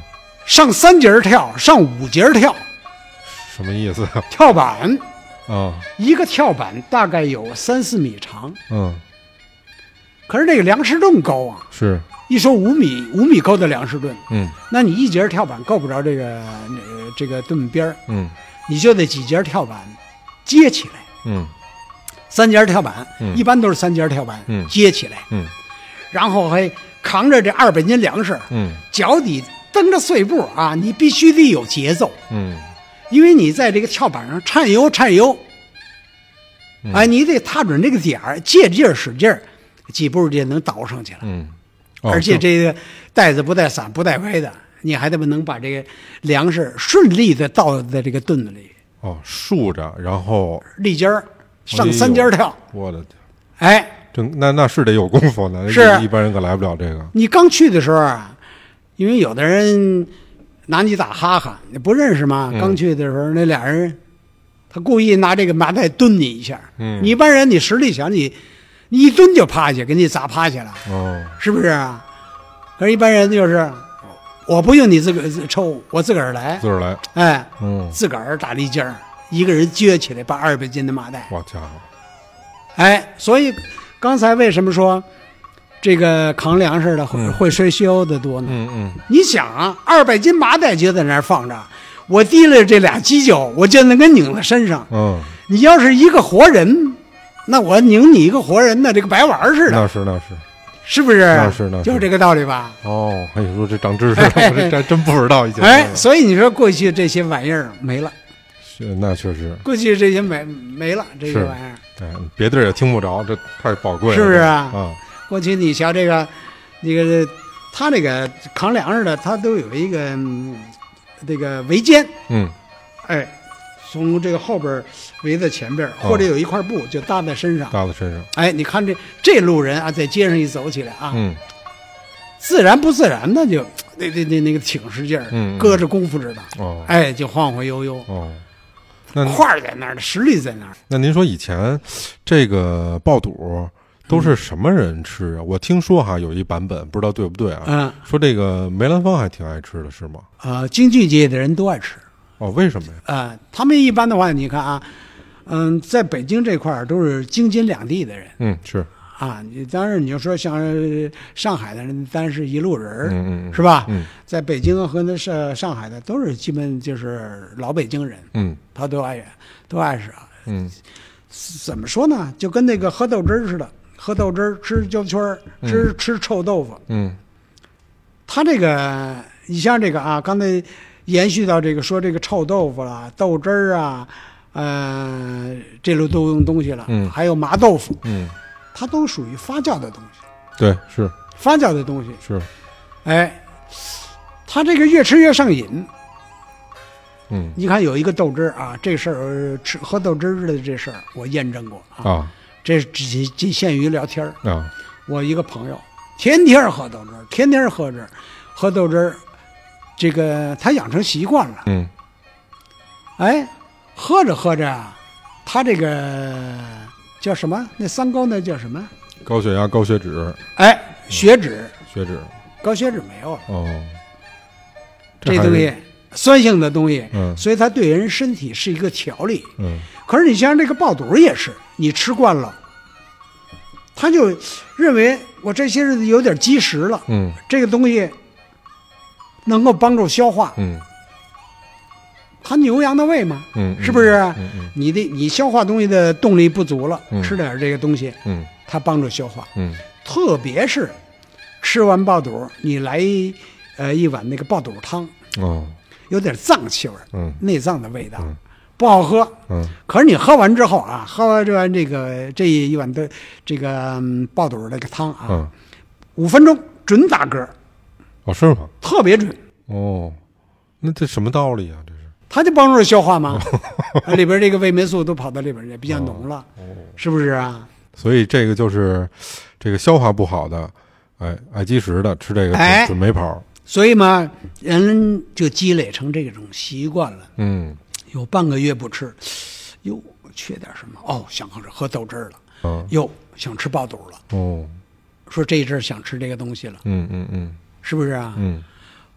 上三节儿跳，上五节儿跳，什么意思啊？ 跳板啊，一个跳板大概有三四米长，嗯，可是这个粮食盾高啊，是，一说五米五米高的粮食盾，嗯那你一节儿跳板够不着这个呃这个盾边儿，嗯你就得几节儿跳板接起来。嗯三节儿跳板，嗯一般都是三节儿跳板、嗯接起来，嗯然后还扛着这二百斤粮食，嗯脚底蹬着碎步啊，你必须得有节奏，嗯，因为你在这个跳板上颤悠颤悠，嗯哎，你得踏准这个点儿，借劲儿使劲儿，几步就能倒上去了。嗯，哦而且这个带子不带散不带歪的，你还得不能把这个粮食顺利的倒在这个盾子里，哦竖着，然后哎立尖儿上三尖儿跳，我的天，哎。真那那是得有功夫呢，是啊一般人可来不了这个。你刚去的时候啊，因为有的人拿你打哈哈，你不认识嘛。嗯刚去的时候，那俩人他故意拿这个麻袋蹲你一下。嗯你一般人你实力强，你你一蹲就趴下，给你砸趴下了，哦，是不是啊？可是，一般人就是我不用你自个儿抽，我自个儿来自，个儿来，哎，嗯，自个儿打力劲儿，一个人撅起来把二百斤的麻袋，好家伙，哎，所以刚才为什么说这个扛粮食的会、嗯会摔跤的多呢？嗯嗯，你想啊，二百斤麻袋就在那儿放着，我提了这俩犄角，我就能给拧在身上。嗯，你要是一个活人，那我拧你一个活人，那这个白玩儿似的，那是那是，是不是？那是那是就是这个道理吧？哦，哎呦，说这长 知识了，我 这还真不知道以前。哎，所以你说过去这些玩意儿没了，是那确实，过去这些没没了这些是玩意儿。哎，别地儿也听不着，这太宝贵了，是不是这个啊啊？过去你瞧这个，那个他这个扛粮食的，他都有一个、嗯这个围肩，嗯哎，从这个后边儿围在前边儿，哦或者有一块布就搭在身上。搭在身上，哎，你看这这路人啊，在街上一走起来啊，嗯自然不自然的就那那那那个挺使劲儿，嗯嗯搁着功夫似的，哦哎，就晃晃悠悠，哦，那块儿在那儿，实力在那儿。那您说以前这个爆肚都是什么人吃啊？我听说哈有一版本，不知道对不对啊？嗯说这个梅兰芳还挺爱吃的是吗？呃，京剧界的人都爱吃哦，为什么呀？啊、他们一般的话，你看啊，嗯，在北京这块儿都是京津两地的人嗯，是，啊。你当然你就说像呃上海的人，当然是一路人儿，嗯嗯是吧？嗯在北京和那上上海的都是基本就是老北京人，嗯他都爱都爱吃啊。嗯怎么说呢？就跟那个喝豆汁儿似的，喝豆汁儿、吃焦圈儿、吃吃臭豆腐。嗯他这个，你像这个啊，刚才延续到这个说这个臭豆腐啦、豆汁儿啊，呃，这类都用东西了，嗯还有麻豆腐，嗯，它都属于发酵的东西，对，是发酵的东西。是，哎，他这个越吃越上瘾。嗯你看有一个豆汁儿啊，这事儿吃喝豆汁儿的这事儿，我验证过啊，啊这仅仅限于聊天儿。啊我一个朋友天天喝豆汁儿，天天喝汁儿，喝豆汁儿，这个他养成习惯了。嗯哎，喝着喝着啊，他这个叫什么？那三高那叫什么？高血压、高血脂、哎，血脂、血脂高血脂没有了，哦，这还东是西酸性的东西，嗯所以它对人身体是一个调理。嗯可是你像这个爆肚儿也是，你吃惯了，他就认为我这些日子有点积食了，嗯这个东西能够帮助消化。嗯它牛羊的胃嘛，嗯，嗯是不是嗯嗯你的你消化东西的动力不足了，嗯吃点这个东西，嗯它帮助消化。嗯特别是吃完爆肚，你来一呃一碗那个爆肚汤，嗯哦有点脏气味儿，嗯内脏的味道嗯，不好喝。嗯可是你喝完之后啊，喝完这碗这个这一碗的这个、嗯爆肚那个汤啊，嗯五分钟准打嗝，哦是吗？特别准。哦，那这什么道理啊？这是它就帮助消 化嘛，啊里边这个味酶素都跑到里边去，比较浓了，哦，是不是啊？所以这个就是这个消化不好的，哎，爱积食的吃这个哎准准没跑儿。所以嘛，人就积累成这种习惯了，嗯有半个月不吃，哟，缺点什么？哦，想喝喝豆汁儿了，啊哟，想吃爆肚了，哦说这一阵儿想吃这个东西了，嗯嗯嗯是不是啊？嗯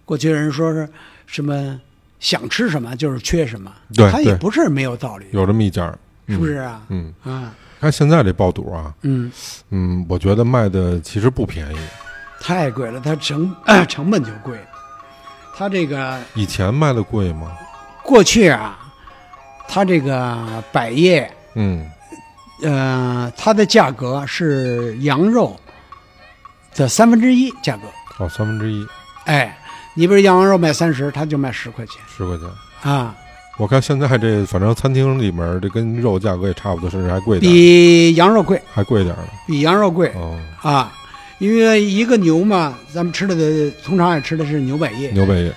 过去人说是什么想吃什么就是缺什么，对他也对不是没有道理，有这么一家儿，是不嗯是啊？嗯，啊，看现在这爆肚啊，嗯，嗯，我觉得卖的其实不便宜。太贵了，它成 成本就贵，它这个以前卖的贵吗？过去啊，它这个百叶，嗯呃，它的价格是羊肉的三分之一价格。哦，三分之一哎，你比如羊肉卖三十，它就卖十块钱十块钱。啊，我看现在这反正餐厅里面这跟肉价格也差不多，甚至还贵点儿，比羊肉贵，还贵点儿呢。比羊肉贵哦，啊，因为一个牛嘛，咱们吃的的通常爱吃的是牛百叶，牛百叶，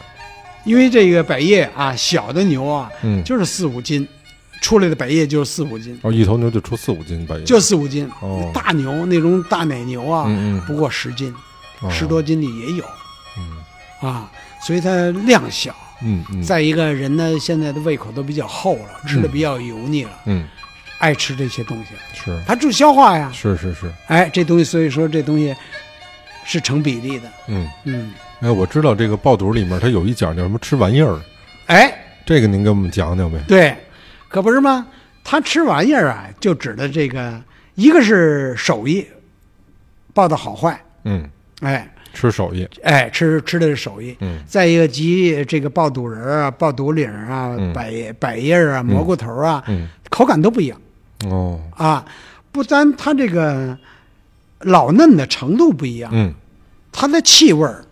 因为这个百叶啊，小的牛啊嗯，就是四五斤，出来的百叶就是四五斤，哦，一头牛就出四五斤百叶，就四五斤，哦，大牛那种大奶牛啊，嗯不过十斤。嗯，十多斤的也有嗯，啊，所以它量小。嗯嗯嗯，再一个，人呢现在的胃口都比较厚了，吃的比较油腻了，嗯爱吃这些东西了，是它助消化呀。是是是，哎，这东西，所以说这东西是成比例的。嗯，嗯，哎，我知道这个爆肚里面它有一讲叫什么吃玩意儿，哎，这个您给我们讲讲呗。对，可不是吗？他吃玩意儿啊，就指的这个，一个是手艺，报的好坏，嗯，哎吃手艺，哎，吃吃的是手艺，嗯再一个及这个爆肚仁儿啊、爆肚领儿啊、嗯百百叶儿啊、蘑菇头儿啊，嗯，口感都不一样哦，啊。不单它这个老嫩的程度不一样，嗯，它的气味儿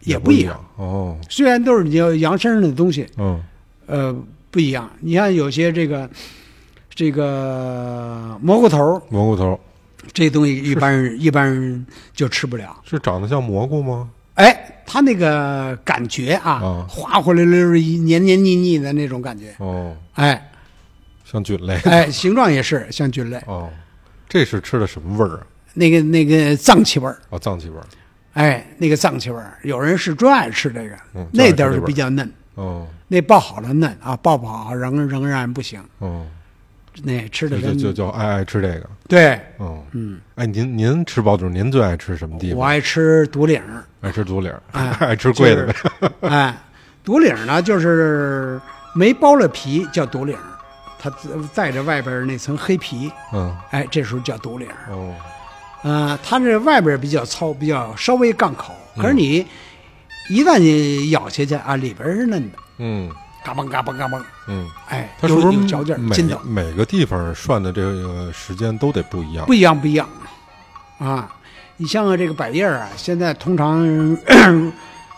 也不一样。样哦，虽然都是羊羊身上的东西，嗯呃，不一样。你看有些这个这个蘑菇头儿蘑菇头这东西，一般 人一般人就吃不了。是长得像蘑菇吗？哎，它那个感觉啊，啊滑滑溜溜、黏黏腻腻的那种感觉。哦，哎像菌类。哎，形状也是像菌类，哦，这是吃的什么味儿啊？那个那个脏气味儿。哦，脏气味儿。哎，那个脏气味儿，有人是专爱吃这个，嗯那点儿是比较嫩，哦那爆好了嫩啊，爆不好仍仍然不行，哦，那吃的就就跟就就爱爱吃这个。对。嗯嗯，哎，您您吃包子，您最爱吃什么地我方？爱吃独领儿，爱吃独领儿，哎 爱吃贵的呗。 哎，独领儿呢就是没剥了皮叫独领儿，它自带着外边儿那层黑皮，嗯哎，这时候叫独领儿。哦呃，它这外边儿比较糙，比较稍微杠口，可嗯是你一旦你咬下去啊，里边儿是嫩的，嗯嘎嘣嘎嘣嘎嘣，嗯，哎，它是不有是有嚼劲儿，每筋道。每个地方涮的这个时间都得不一样？不一样，不一样，啊，你像这个百叶儿啊，现在通常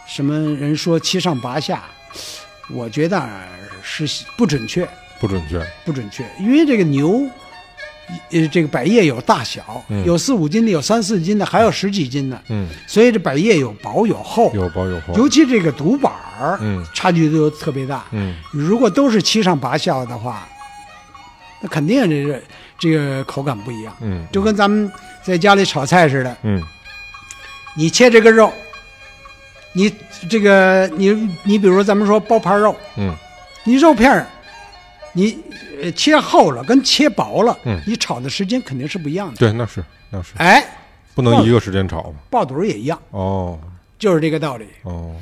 什么人说七上八下，我觉得啊是不准确，不准确。不准确，因为这个牛呃，这个百叶有大小，嗯有四五斤的，有三四斤的，还有十几斤的，嗯，所以这百叶有薄有厚，有薄有厚，尤其这个独板儿，嗯差距就特别大。嗯如果都是七上八下的话，那肯定这个这个口感不一样，嗯，就跟咱们在家里炒菜似的，嗯你切这个肉，你这个你你比如咱们说包盘肉，嗯你肉片儿，你呃切厚了跟切薄了，嗯你炒的时间肯定是不一样的。对，那是那是，哎，不能一个时间炒嘛。爆肚儿也一样，哦就是这个道理。哦，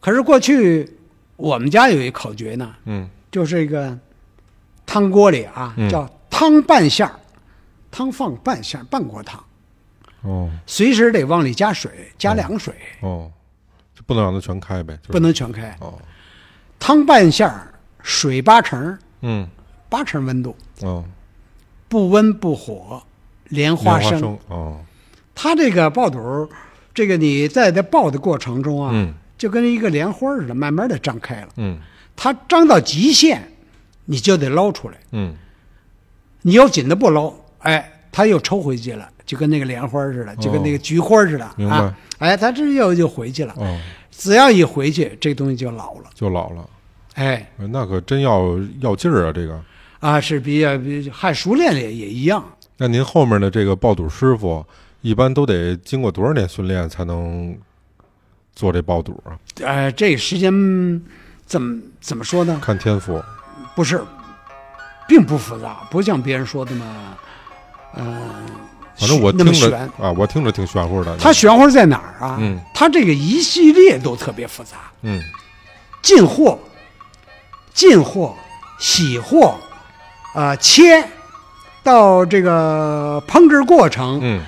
可是过去我们家有一口诀呢，嗯就是一个汤锅里啊嗯，叫汤半下儿，汤放半下儿，半锅汤，哦随时得往里加水，加凉水，哦，就不能让它全开呗，就是不能全开。哦，汤半下儿，水八成儿，嗯八成温度，哦，不温不火，莲莲花花生。生哦，它这个爆肚儿，这个你在这爆的过程中啊，嗯就跟一个莲花似的，慢慢的张开了。嗯它张到极限，你就得捞出来。嗯你要紧的不捞，哎，它又抽回去了，就跟那个莲花似的，就跟那个菊花似的、哦明白啊。哎，它这又又回去了。哦，只要一回去，这东西就老了。就老了，哎，哎那可真要要劲儿啊，这个。啊，是比较比还熟练了也也一样。那您后面的这个爆肚师傅，一般都得经过多少年训练才能做这爆肚啊？呃，这时间怎么怎么说呢？看天赋。不是，并不复杂，不像别人说的那么，呃，反正我那听么着悬。啊，我听着挺玄乎的。它玄乎在哪儿啊？嗯它这个一系列都特别复杂，嗯进货、进货、洗货，啊、切，到这个烹制过程，嗯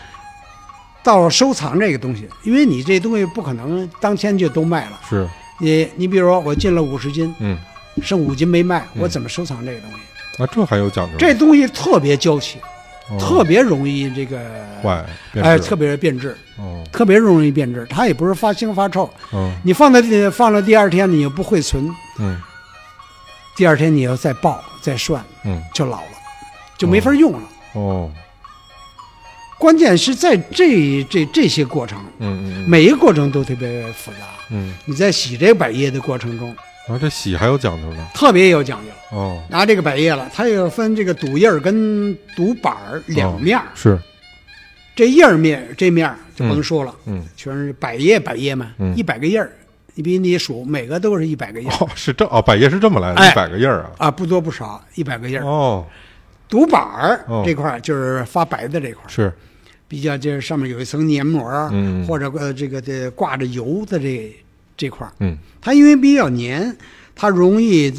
到收藏这个东西，因为你这东西不可能当天就都卖了。是你你比如说，我进了五十斤，嗯，剩五斤没卖，嗯我怎么收藏这个东西？啊，这还有讲究，这东西特别娇气。哦特别容易这个坏，变哎，质特别变质，哦特别容易变质。它也不是发腥发臭，嗯你放到第放到第二天，你又不会存，嗯第二天你要再爆再涮嗯就老了，就没法用了。哦关键是在这这这些过程，嗯嗯每一个过程都特别复杂。嗯，你在洗这个百叶的过程中，啊，这洗还有讲究呢特别有讲究。哦，拿这个百叶了，它又分这个肚叶儿跟肚板儿两面儿。哦是这叶儿面这面儿就甭说了，嗯全是百叶百叶嘛嗯，一百个叶儿，你比你数，每个都是一百个叶儿哦是这哦，百叶是这么来的，哎一百个印儿啊啊，不多不少，一百个叶儿。哦独板儿哦这块儿就是发白的这块儿，是比较就是上面有一层黏膜儿嗯，或者呃这个这挂着油的这这块儿，嗯它因为比较黏，它容易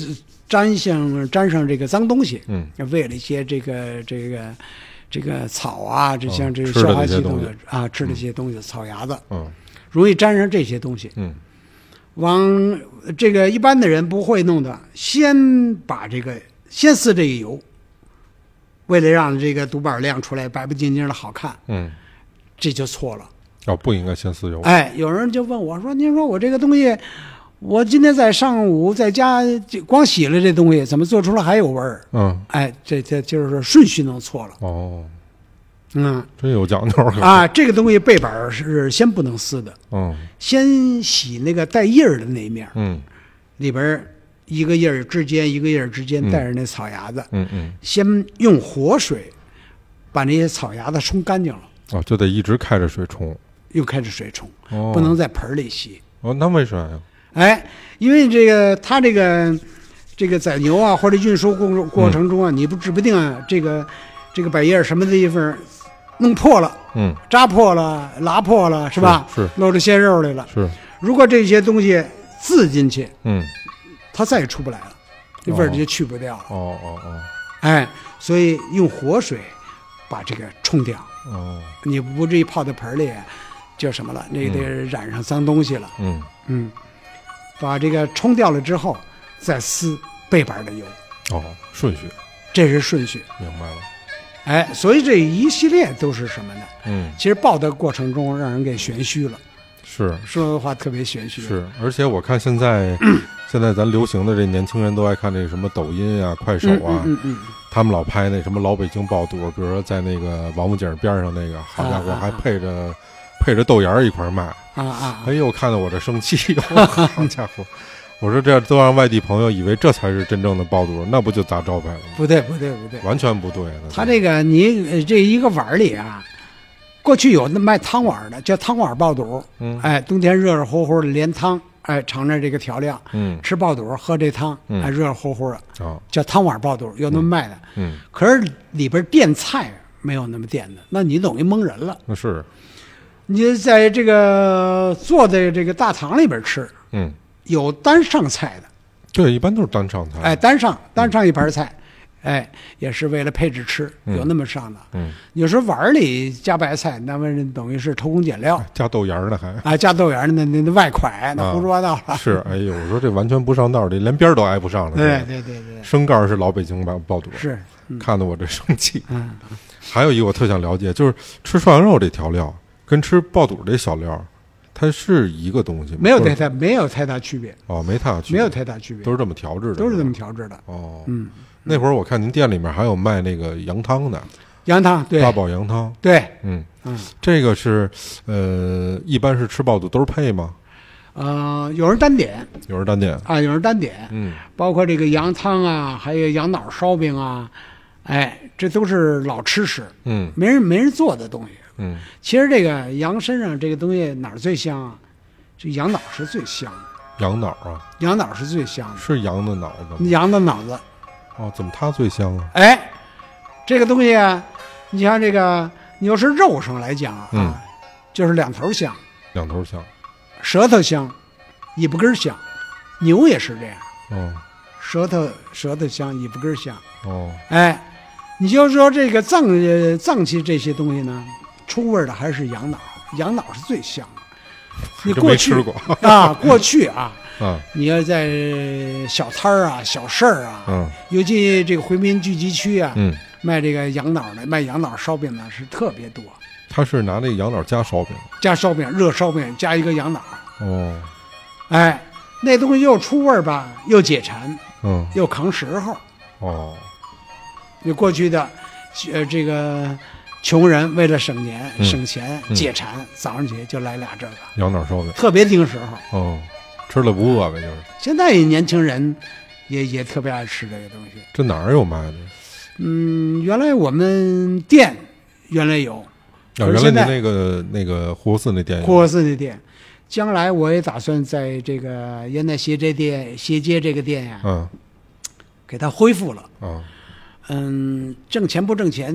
沾上沾上这个脏东西，嗯喂了一些这个这个这个草啊，这哦像这吃的消化这些系东统西的啊吃的一些东西，草芽子嗯容易沾上这些东西，嗯往这个一般的人不会弄的，先把这个先撕这个油，为了让这个独板亮出来，白白净净的好看，嗯，这就错了。哦不应该先撕油哎，有人就问我说：“您说我这个东西，我今天在上午在家就光洗了这东西，怎么做出来还有味儿嗯？”哎，这这就是说顺序弄错了。哦，嗯真有讲究啊，这个东西背板儿是先不能撕的，嗯先洗那个带叶儿的那一面儿。嗯里边儿一个叶儿之间一个叶儿之间带着那草芽子，嗯嗯先用活水把那些草芽子冲干净了，哦，就得一直开着水冲又开始水冲，哦，不能在盆儿里洗。哦，那为啥呀？哎，因为这个它这个这个宰牛啊或者运输过过程嗯中啊，你不指不定啊这个这个百叶儿什么地方弄破了。嗯扎破了，拉破了，是吧？是是露出鲜肉来了。是如果这些东西刺进去，嗯它再也出不来了，这味儿哦就去不掉了。哦哦哦哎，所以用活水把这个冲掉，哦你不至于泡在盆里就什么了，那得染上脏东西了。嗯嗯，把这个冲掉了之后，再撕背板的油，哦顺序这是顺序。明白了哎，所以这一系列都是什么呢？嗯其实爆的过程中让人给玄虚了，是说的话特别玄学。是，而且我看现 在现在咱流行的这年轻人都爱看这什么抖音啊、快手嗯啊，嗯嗯他们老拍那什么老北京爆肚，比如说在那个王府井边上那个，好家伙，啊啊还配着、配着豆芽儿一块儿卖。嗯啊啊哎呦，看得我这生气，好家 伙！我说这都让外地朋友以为这才是真正的爆肚，那不就砸招牌了吗？不对不对不对，完全不对。他这个你呃这一个碗儿里啊，过去有那卖汤碗儿的，叫汤碗儿爆肚，嗯哎，冬天热热乎乎的连汤，哎，尝尝这个调料，嗯吃爆肚喝这汤，嗯哎，热热乎乎的，啊叫汤碗儿爆肚，有那么卖的。嗯，可是里边垫菜没有那么垫的，那你等于蒙人了。那是你在这个坐在这个大堂里边吃，嗯，有单上菜的，对，一般都是单上菜。哎，单上单上一盘菜，哎，也是为了配置吃，有那么上的。嗯，有时候碗儿里加白菜，那么等于是偷工 减料加豆芽儿呢还。啊，加豆芽儿那那那外蒯，啊那胡说八道了。是，哎呦，我说这完全不上道儿，这连边儿都挨不上了。对这个对对对，生盖儿是老北京爆爆肚，是，看得我这生气。嗯，还有一个我特想了解，就是吃涮羊肉这调料跟吃爆肚这小料，它是一个东西吗？没有或者太大没有太大区别，哦，没太大区没别，有太大区别，都是这么调制的，都是这么吧调制的。哦。嗯，那会儿我看您店里面还有卖那个羊汤的，羊汤对八宝羊汤。对，嗯，嗯这个是呃，一般是吃爆肚都是配吗？呃，有人单点有人单点。啊，有人单点，嗯包括这个羊汤啊，还有羊脑烧饼啊，哎，这都是老吃食，嗯没人没人做的东西。嗯，其实这个羊身上这个东西哪儿最香啊？这羊脑是最香的，羊脑啊，羊脑是最香是羊的脑子的，吗？羊的脑子，哦，怎么它最香啊？哎，这个东西啊，你像这个，你要是肉上来讲啊，嗯就是两头香，两头香。舌头香，尾巴根儿香，牛也是这样，哦舌头舌头香，尾巴根儿香。哦，哎，你就说这个脏呃脏器这些东西呢，出味儿的还是羊脑，羊脑是最香的。你这过没去吃过啊，过去啊，啊？你要在小摊儿啊、小市儿啊，嗯尤其这个回民聚集区啊，嗯，卖这个羊脑的、卖羊脑烧饼的是特别多，它是拿那个羊脑夹烧饼。加烧饼、热烧饼加一个羊脑，哦，哎，那东西又出味儿吧，又解馋，嗯又扛时候。哦，你过去的，呃，这个穷人为了省年、嗯省钱、嗯解馋，早上起就来俩这个，羊脑烧饼。特别盯时候。哦，吃了不饿呗，就是。现在年轻人也也特别爱吃这个东西。这哪儿有卖的？嗯，原来我们店原来有啊，可原是来您现在那个那个护国寺那店有，护国寺的店，将来我也打算在这个烟台斜街店、斜街这个店呀、嗯给它恢复了。啊，嗯，挣钱不挣钱，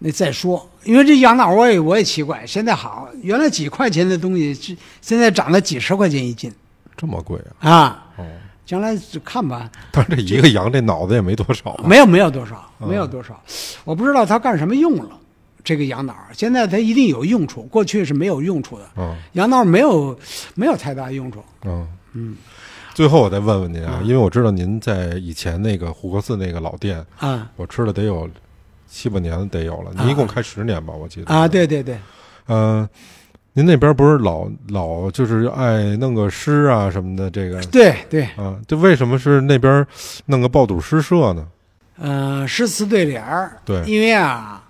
那再说。因为这羊脑我也我也奇怪，现在好，原来几块钱的东西，是现在涨了几十块钱一斤这么贵啊！啊！哦， 将来就看吧，但是这一个羊这脑子也没多少啊。没有没有多少，没有多少，我不知道它干什么用了。这个羊脑现在它一定有用处，过去是没有用处的。啊羊脑没有没有太大用处，嗯嗯。最后我再问问您啊，因为我知道您在以前那个护国寺那个老店，啊我吃了得有七八年得有了，您一共开十年吧，我记得啊！，对对对，嗯。您那边不是老老就是爱弄个诗啊什么的，这个对对，啊，这为什么是那边弄个爆肚诗社呢？呃，诗词对联儿。对因为啊，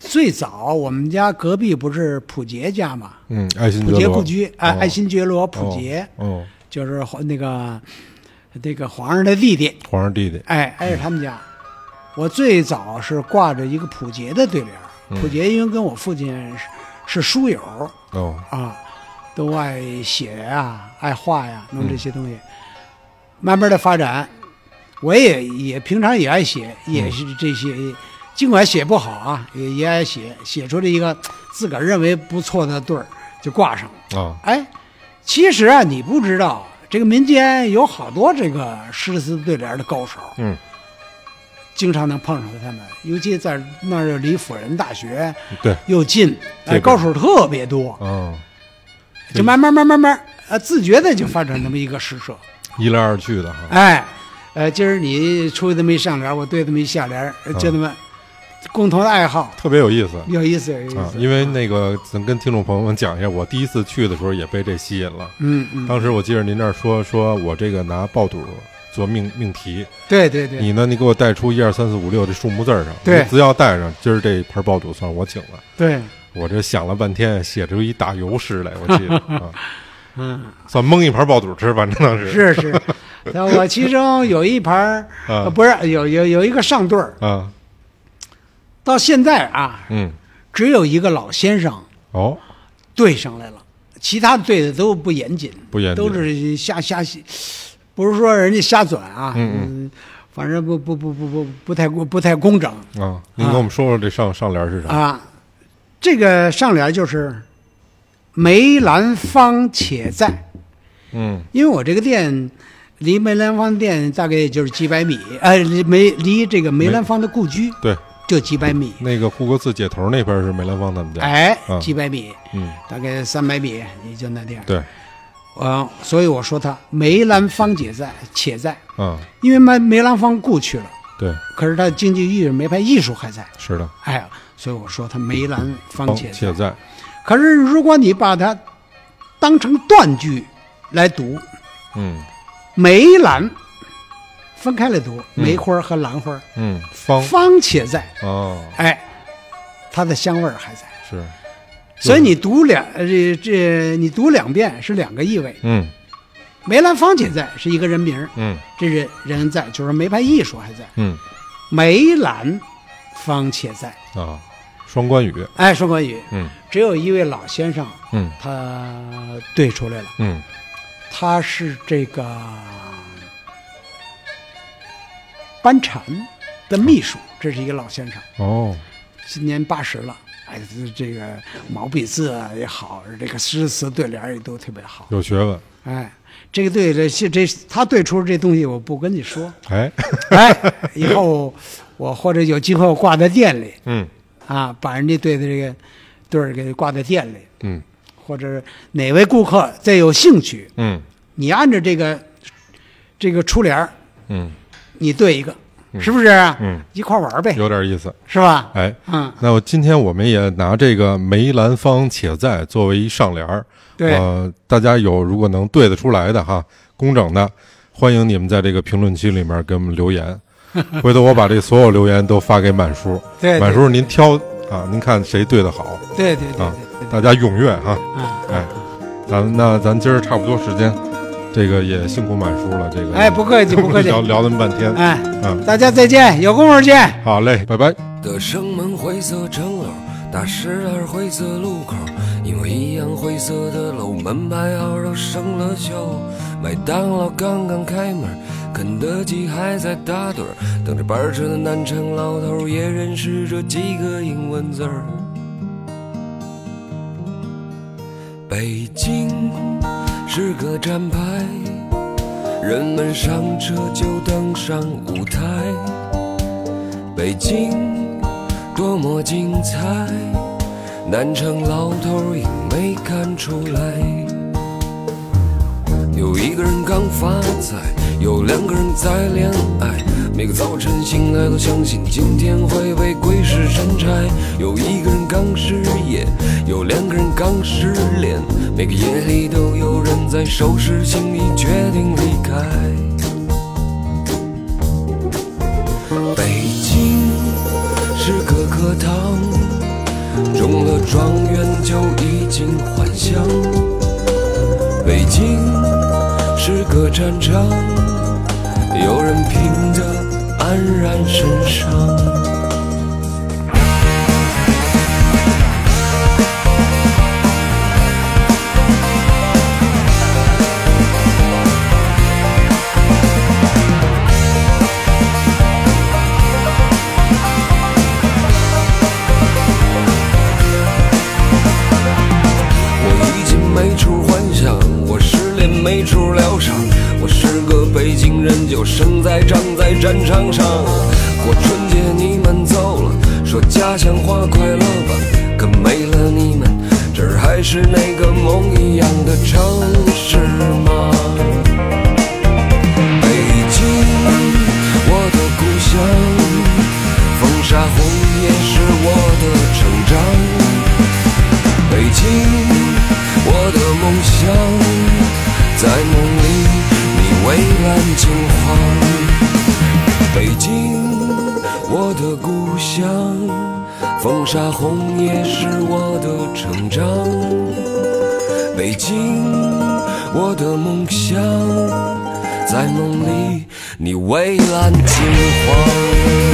最早我们家隔壁不是普杰家嘛，嗯，爱新普觉杰罗故居，哎、哦爱新觉罗普杰、哦，哦就是皇那个那个皇上的弟弟，皇上弟弟，哎，挨着他们家。我最早是挂着一个普杰的对联儿，嗯普杰因为跟我父亲是是书友哦，啊，都爱写呀、爱画呀、弄这些东西。嗯慢慢的发展，我也也平常也爱写，也是这些，尽管写不好啊，也也爱写，写出了一个自个儿认为不错的对儿，就挂上了。啊，哎，其实啊，你不知道，这个民间有好多这个诗词对联的高手，嗯，经常能碰上他们，尤其在那儿离辅仁大学对，又近，这哎，个高手特别多，啊，就慢慢慢慢慢，呃，自觉的就发展那么一个诗社，一来二去的哈，嗯哎，呃，今儿你出这么一上联，我对这么一下联，呃就这么，共同的爱好，特别有意思有意思，有意思。啊！因为那个，咱跟听众朋友们讲一下，我第一次去的时候也被这吸引了。嗯嗯，当时我记着您那儿说，说我这个拿爆肚做命命题，对对对，你呢，你给我带出一二三四五六这数目字儿上，对你只要带上，今儿这盘爆肚算我请了。对，我这想了半天，写出一打油诗来，我 记得啊，嗯，算蒙一盘爆肚吃，反正当时是 是。那我其中有一盘儿，呃啊不是有有有一个上对儿，啊到现在啊，嗯只有一个老先生哦对上来了，其他对的都不严谨，不严谨都是瞎瞎，不是说人家瞎转啊，嗯嗯，反正不不不不不不太不太工整啊，您给我们说说这上上联是啥？啊。这个上联就是梅兰芳且在，嗯因为我这个店离梅兰芳店大概也就是几百米，呃，离梅离这个梅兰芳的故居对，就几百米，那个护国寺街头那边是梅兰芳他们家，哎嗯，几百米，嗯大概三百米，也就那地儿。对，呃，所以我说他梅兰芳姐在且在，嗯因为梅梅兰芳故去了，对，可是他京剧艺术梅派艺术还在，是的，哎呀，所以我说他梅兰芳帮且在。且在可是如果你把它当成断句来读，嗯梅兰分开来读，梅花和兰花，嗯芳芳且在，哦哎，它的香味儿还在。是所以你读两呃这这你读两遍是两个意味，嗯梅兰芳姐在是一个人名儿，嗯这人人在就是梅派艺术还在，嗯梅兰芳且在。啊，双关语哎，说关羽，嗯只有一位老先生，嗯他对出来了，嗯他是这个班禅的秘书，这是一个老先生，哦今年八十了。哎，这这个毛笔字啊也好，这个诗词对联儿也都特别好。有学问哎，这个对这这这他对出这东西，我不跟你说。哎哎，以后我或者有机会我挂在店里 嗯啊，把人家对的这个对儿给挂在店里，嗯或者哪位顾客再有兴趣，嗯你按照这个这个出联儿嗯你对一个，是不是啊？嗯一块儿玩儿呗，有点意思是吧？哎。嗯，那我今天我们也拿这个梅兰芳且在作为一上联儿，对呃，大家有如果能对得出来的哈，工整的，欢迎你们在这个评论区里面给我们留 言。回头我把这所有留言都发给满叔，对对满叔您挑啊，您看谁对的好，对对对啊对对，大家踊跃哈。嗯，哎，咱那咱今儿差不多时间，这个也辛苦满叔了，这个哎，不客气 不客气，聊聊那么半天，哎，嗯，大家再见，有功夫见。好嘞，拜拜。的生门灰色城楼，大石栏灰色路口，因为一样灰色的楼，门牌号都生了锈。麦当劳刚刚开门，肯德基还在打盹儿，等着班车的南城老头也认识这几个英文字儿。北京是个站牌，人们上车就登上舞台。北京多么精彩，南城老头儿也没看出来。有一个人刚发财，有两个人在恋爱。每个早晨醒来都相信今天会被鬼使神差。有一个人刚失业，有两个人刚失恋。每个夜里都有人在收拾行李，决定离开。北京是个课堂，中了状元就衣锦还乡。北京是个战场，有人拼得黯然神伤。我已经没处幻想，我失恋没处疗伤，我是个北京人，就生在长在战场上。过春节你们走了，说家乡话快乐吧，可没了你们，这儿还是那个梦一样的城市吗？北京，我的故乡，风沙红叶我的故乡，风沙红叶是我的成长。北京，我的梦想，在梦里你蔚蓝金黄。